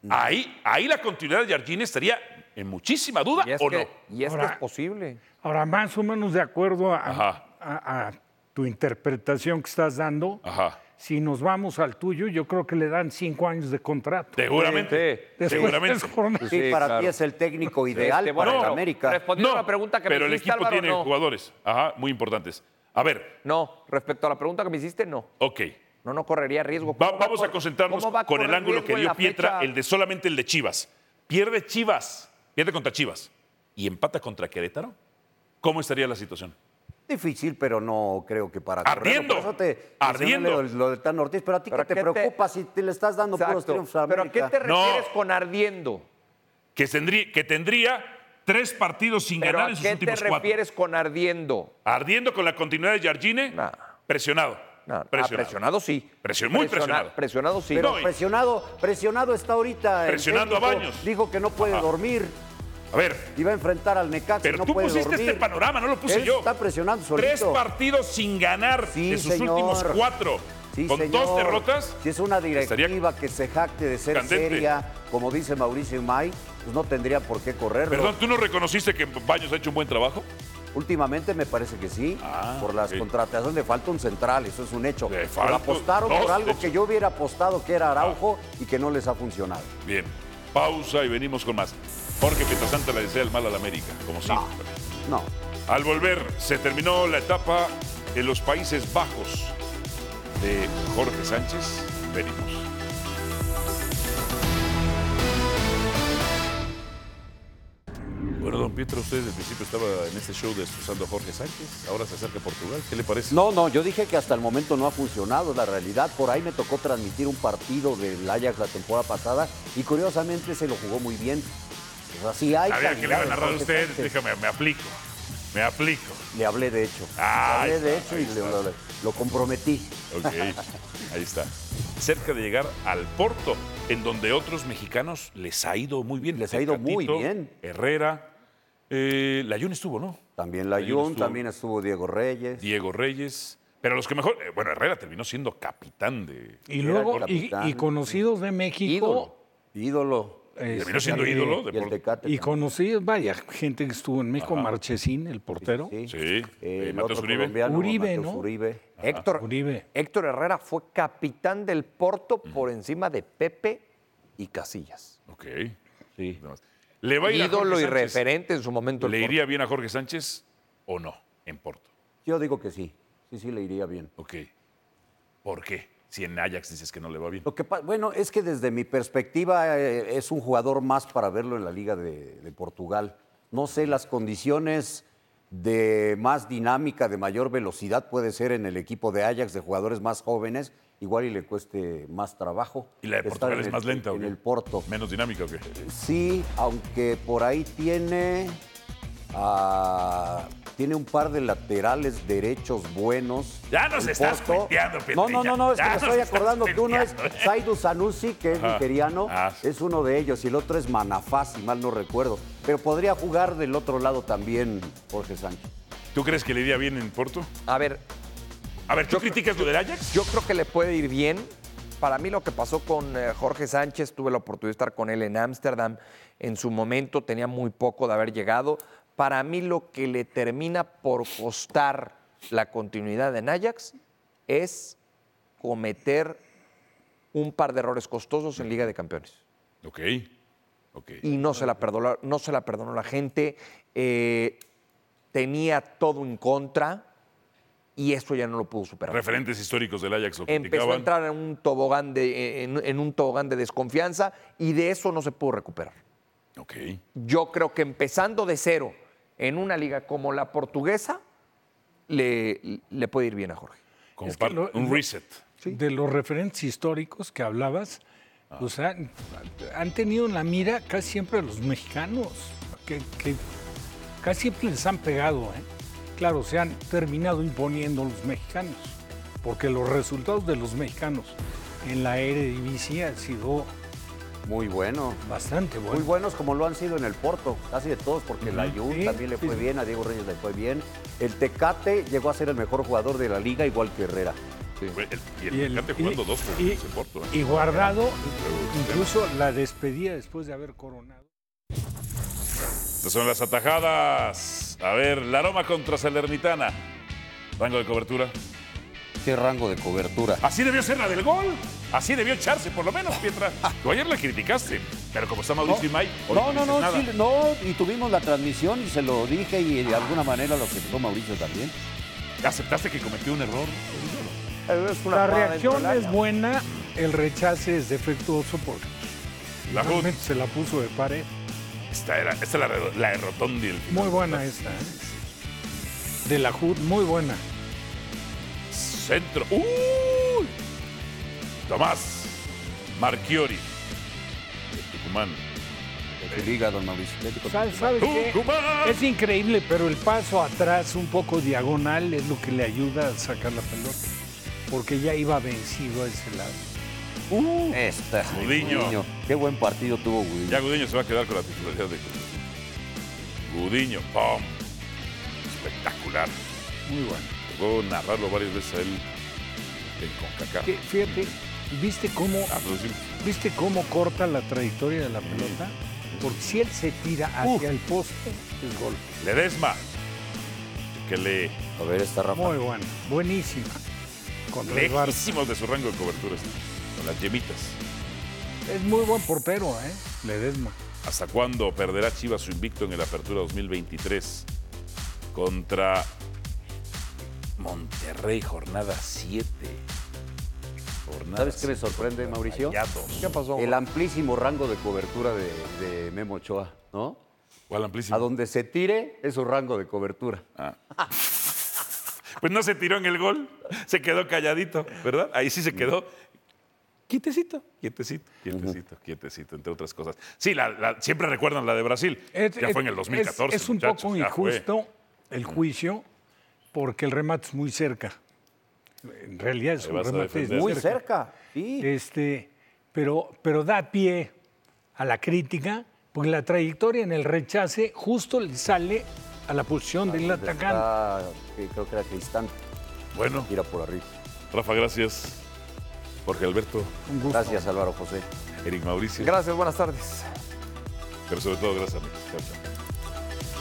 D: Ahí, ahí la continuidad de Jardine estaría en muchísima duda,
F: Y es,
D: ¿o
F: que,
D: no?
F: y es que
E: Ahora-
F: es posible.
E: Ahora, más o menos de acuerdo a,
D: Ajá.
E: a- a tu interpretación que estás dando,
D: Ajá.
E: si nos vamos al tuyo, yo creo que le dan cinco años de contrato.
D: Seguramente.
F: Sí,
E: Después
D: seguramente.
E: de tres jornadas.
C: Sí,
F: Sí,
C: para
F: claro.
C: ti es el técnico ideal
F: Este,
D: bueno,
C: para el
D: no,
C: América.
F: Respondiendo a la pregunta que
D: pero
F: me
D: el
F: hiciste,
D: equipo
F: Álvaro,
D: tiene
F: no.
D: jugadores, ajá, muy importantes. A ver,
F: No, respecto a la pregunta que me hiciste, no.
D: ok.
F: No, no correría riesgo.
D: Va-
F: ¿Cómo va
D: vamos a
F: cor-
D: concentrarnos
F: cómo va a
D: con el
F: correr
D: ángulo que
F: riesgo en
D: dio
F: la
D: Pietra,
F: fecha?
D: el de solamente el de Chivas. Pierde Chivas, pierde contra Chivas y empata contra Querétaro. ¿Cómo estaría la situación?
C: Difícil, pero no creo que para
D: Ardiendo,
C: correrlo. Por eso te mencioné
D: ardiendo.
C: Lo, lo del Tan Ortiz, pero a ti
F: ¿Pero
C: que te
F: qué te-
C: preocupa si te le estás dando puros
F: Exacto.
C: triunfos a
F: ¿Pero a
C: América.
F: qué te
D: No.
F: refieres con ardiendo?
D: Que tendría, que tendría tres partidos sin
F: ¿Pero
D: ganar
F: a
D: en sus
F: qué te
D: últimos cuatro.
F: refieres con ardiendo?
D: Ardiendo con la continuidad de Jardine,
F: Nah.
D: presionado.
F: No, ah, presionado sí.
D: Presio- muy presionado.
F: Presionado sí.
D: Pero-
C: Pero
D: No, y-
C: presionado, presionado está ahorita. el
D: Presionando a
C: técnico.
D: Baños.
C: Dijo que no puede
D: Ajá.
C: dormir
D: A ver,
C: y va a enfrentar al Necaxa. y
D: pero
C: no
D: tú
C: puede
D: pusiste
C: dormir.
D: este panorama, no lo puse
C: Él
D: yo.
C: Está presionando solito.
D: Tres partidos sin ganar
C: Sí,
D: de sus
C: señor.
D: últimos cuatro.
C: Sí,
D: con dos
C: señor.
D: derrotas.
C: Si es una directiva
D: estaría-
C: que se jacte de ser
D: Candente.
C: seria, como dice Mauricio Imay, pues no tendría por qué correrlo.
D: Perdón, ¿tú no reconociste que Baños ha hecho un buen trabajo?
C: Últimamente me parece que sí,
D: Ah,
C: por las
D: ok.
C: contrataciones le falta un central, eso es un hecho.
D: Le
C: Pero
D: falta
C: apostaron
D: dos,
C: por
D: de
C: algo
D: hecho. Ah.
C: que yo hubiera apostado que era Araujo y que no les ha funcionado.
D: Bien. Pausa y venimos con más. Jorge Pietrasanta le desea el mal al América, como siempre.
C: No.
D: Al volver, se terminó la etapa en los Países Bajos de Jorge Sánchez. Venimos. Bueno, don Pietro, usted desde el principio estaba en este show destrozando a Jorge Sánchez. Ahora se acerca a Portugal. ¿Qué le parece?
C: No, no, yo dije que hasta el momento no ha funcionado, es la realidad. Por ahí me tocó transmitir un partido del Ajax la temporada pasada y curiosamente se lo jugó muy bien. O sea, sí hay
D: A ver, ¿qué le
C: calidad
D: va a
C: en
D: narrar
C: Jorge
D: usted?
C: Sánchez.
D: Déjame, me aplico. Me aplico.
C: Le hablé de hecho.
D: Ah,
C: le hablé
D: ahí
C: de
D: está,
C: hecho y
D: ahí
C: le-
D: está.
C: lo, lo comprometí.
D: Ok, ahí está. Cerca de llegar al Porto, en donde otros mexicanos les ha ido muy bien.
C: Les ha ido muy
D: Tecatito,
C: bien.
D: Herrera, Eh, la Jun estuvo, ¿no?
C: También la
D: Ayun
C: Jun,
D: estuvo.
C: también estuvo Diego Reyes.
D: Diego Reyes. Pero los que mejor. eh, bueno, Herrera terminó siendo capitán de.
E: Y
C: Era
E: luego,
C: el
E: y,
C: capitán.
E: y conocidos de México.
C: Ídolo. Ídolo.
E: este,
D: Terminó siendo ídolo. de
C: Y el
D: por-
C: Tecate.
E: Y
C: también.
E: conocidos, vaya, gente que estuvo en México, Marchesín, el portero.
C: Sí.
D: Sí, eh,
C: el
D: Mateus
C: otro
D: Uribe.
C: colombiano,
E: Uribe,
C: Mateus
E: ¿no?
C: Uribe.
F: Héctor,
E: Uribe.
F: Héctor Herrera fue capitán del Porto por encima de Pepe y Casillas.
D: Ok. ¿Le va a ir a
F: Ídolo
D: Jorge
F: y
D: Sánchez?
F: referente en su momento. el
D: ¿Le
F: Porto.
D: iría bien a Jorge Sánchez o no en Porto?
C: Yo digo que sí. Sí, sí, le iría bien.
D: Ok. ¿Por qué? Si en Ajax dices que no le va bien.
C: Lo que pa- bueno, es que desde mi perspectiva eh, es un jugador más para verlo en la Liga de, de Portugal. No sé, las condiciones de más dinámica, de mayor velocidad puede ser en el equipo de Ajax, de jugadores más jóvenes, igual y le cueste más trabajo.
D: ¿Y la de
C: estar
D: Portugal
C: en
D: es
C: el-
D: más lenta o
C: En
D: qué?
C: el Porto.
D: Menos dinámica, ¿o qué?
C: Sí, aunque por ahí tiene. ah, tiene un par de laterales derechos buenos.
D: Ya nos
C: El
D: estás
C: Porto-
D: cuenteando, Pepe,
C: No, no,
D: ya.
C: no, no, es
D: Ya
C: que me
D: nos
C: estoy
D: estás
C: acordando que uno es
D: cuenteando, ¿eh?
C: Saidu Sanusi, que es
D: Ajá.
C: nigeriano,
D: Ah, sí.
C: es uno de ellos, y el otro es Manafá, si mal no recuerdo. Pero podría jugar del otro lado también Jorge Sánchez.
D: ¿Tú crees que le iría bien en Porto?
F: A ver,
D: A ver, ¿tú criticas lo del Ajax?
F: yo creo que le puede ir bien. Para mí lo que pasó con eh, Jorge Sánchez, tuve la oportunidad de estar con él en Ámsterdam. En su momento tenía muy poco de haber llegado. Para mí lo que le termina por costar la continuidad en Ajax es cometer un par de errores costosos en Liga de Campeones.
D: Ok. Ok.
F: y no se la perdonó, no se la perdonó la gente. eh, tenía todo en contra y eso ya no lo pudo superar.
D: Referentes históricos del Ajax lo
F: Empezó a
D: criticaban.
F: entrar en un tobogán de, en, en un tobogán de desconfianza y de eso no se pudo recuperar.
D: Ok.
F: Yo creo que empezando de cero en una liga como la portuguesa le, le puede ir bien a Jorge.
D: Como
E: Es que
D: par-
E: lo-
D: un
E: lo-
D: reset.
E: de los referentes históricos que hablabas, o sea, han tenido en la mira casi siempre a los mexicanos, que, que casi siempre les han pegado. ¿eh? Claro, se han terminado imponiendo los mexicanos, porque los resultados de los mexicanos en la Eredivisie han sido
C: Muy bueno.
E: bastante buenos.
C: Muy buenos como lo han sido en el Porto, casi de todos, porque la Jun
E: Sí,
C: también le
E: sí,
C: fue
E: sí.
C: bien, a Diego Reyes le fue bien. El Tecate llegó a ser el mejor jugador de la liga, igual que Herrera.
D: Y el, Tecate jugando dos por
E: y-
D: en Porto. ¿eh?
E: y guardado, incluso la despedida después de haber coronado.
D: Estas son las atajadas. A ver, la Roma contra Salernitana. Rango de cobertura.
C: ¿Qué rango de cobertura?
D: Así debió ser la del gol. Así debió echarse, por lo menos, Pietra. Tú ayer la criticaste, pero como está Mauricio y May, hoy
C: No, no,
D: dices
C: no,
D: nada.
C: sí, no, y tuvimos la transmisión y se lo dije y de alguna manera lo aceptó Mauricio también.
D: Aceptaste que cometió un error.
F: Es una
E: La
F: jugada
E: reacción
F: dentro del
E: es
F: área.
E: buena, el rechace es defectuoso porque
D: La Hood.
E: realmente se la puso de pared.
D: Esta era, esta era la, la de Rotondi. el final.
E: Muy buena esta. ¿eh? De la HUD, muy buena.
D: Centro. ¡Uy! Tomás Marchiori. de Tucumán.
C: Que diga don Mauricio. Atlético.
E: ¿Sabes, sabes qué?
D: ¡Tucumán!
E: Es increíble, pero el paso atrás, un poco diagonal, es lo que le ayuda a sacar la pelota. Porque ya iba vencido a ese lado.
C: Uh. Esta.
D: Gudiño.
C: Qué buen partido tuvo Gudiño.
D: Ya Gudiño se va a quedar con la titularidad de Gudiño. ¡Pum! Espectacular.
E: Muy bueno.
D: Tocó narrarlo varias veces a él en Concacaf. Ah, pues
E: Que, Fíjate, ¿viste cómo,
D: Aplausimos.
E: ¿viste cómo corta la trayectoria de la pelota? Porque si él se tira hacia el poste, es gol.
D: Ledesma. Que le
C: A ver esta Rafa.
E: Muy bueno, buenísima. Contra el Barça.
D: lejísimos de su rango de cobertura. este, Con las yemitas.
E: Es muy buen portero, ¿eh? Ledesma.
D: ¿Hasta cuándo perderá Chivas su invicto en el Apertura 2023 contra Monterrey, jornada 7? Jornada
C: ¿Sabes qué
D: siete
C: me sorprende,
D: contra
C: Mauricio?
D: Rayados.
F: ¿Qué pasó?
C: El amplísimo rango de cobertura de, de Memo Ochoa, ¿no?
D: ¿Cuál
C: A
D: amplísimo?
C: donde se tire es su rango de cobertura.
D: Pues no se tiró en el gol, se quedó calladito, ¿verdad? Ahí sí se quedó. Quietecito, quietecito, quietecito, quietecito, entre otras cosas. Sí, la- la- siempre recuerdan la de Brasil.
E: Es-
D: ya
E: es-
D: fue en el 2014.
E: Es, es un
D: muchachos,
E: poco
D: ya fue.
E: injusto el juicio porque el remate es muy cerca. En realidad es
D: Ahí
E: un
D: vas a
E: remate
D: defender.
C: Muy cerca. Sí.
E: Este, pero, pero da pie a la crítica Porque la trayectoria en el rechace justo le sale a la posición del atacante.
C: Está, sí, creo que era Cristante.
D: Bueno,
C: Tira por arriba.
D: Rafa, gracias. Jorge Alberto,
C: Gracias, Álvaro José.
D: Eric Mauricio.
F: Gracias, buenas tardes.
D: Pero sobre todo, gracias a mí. Chao, chao.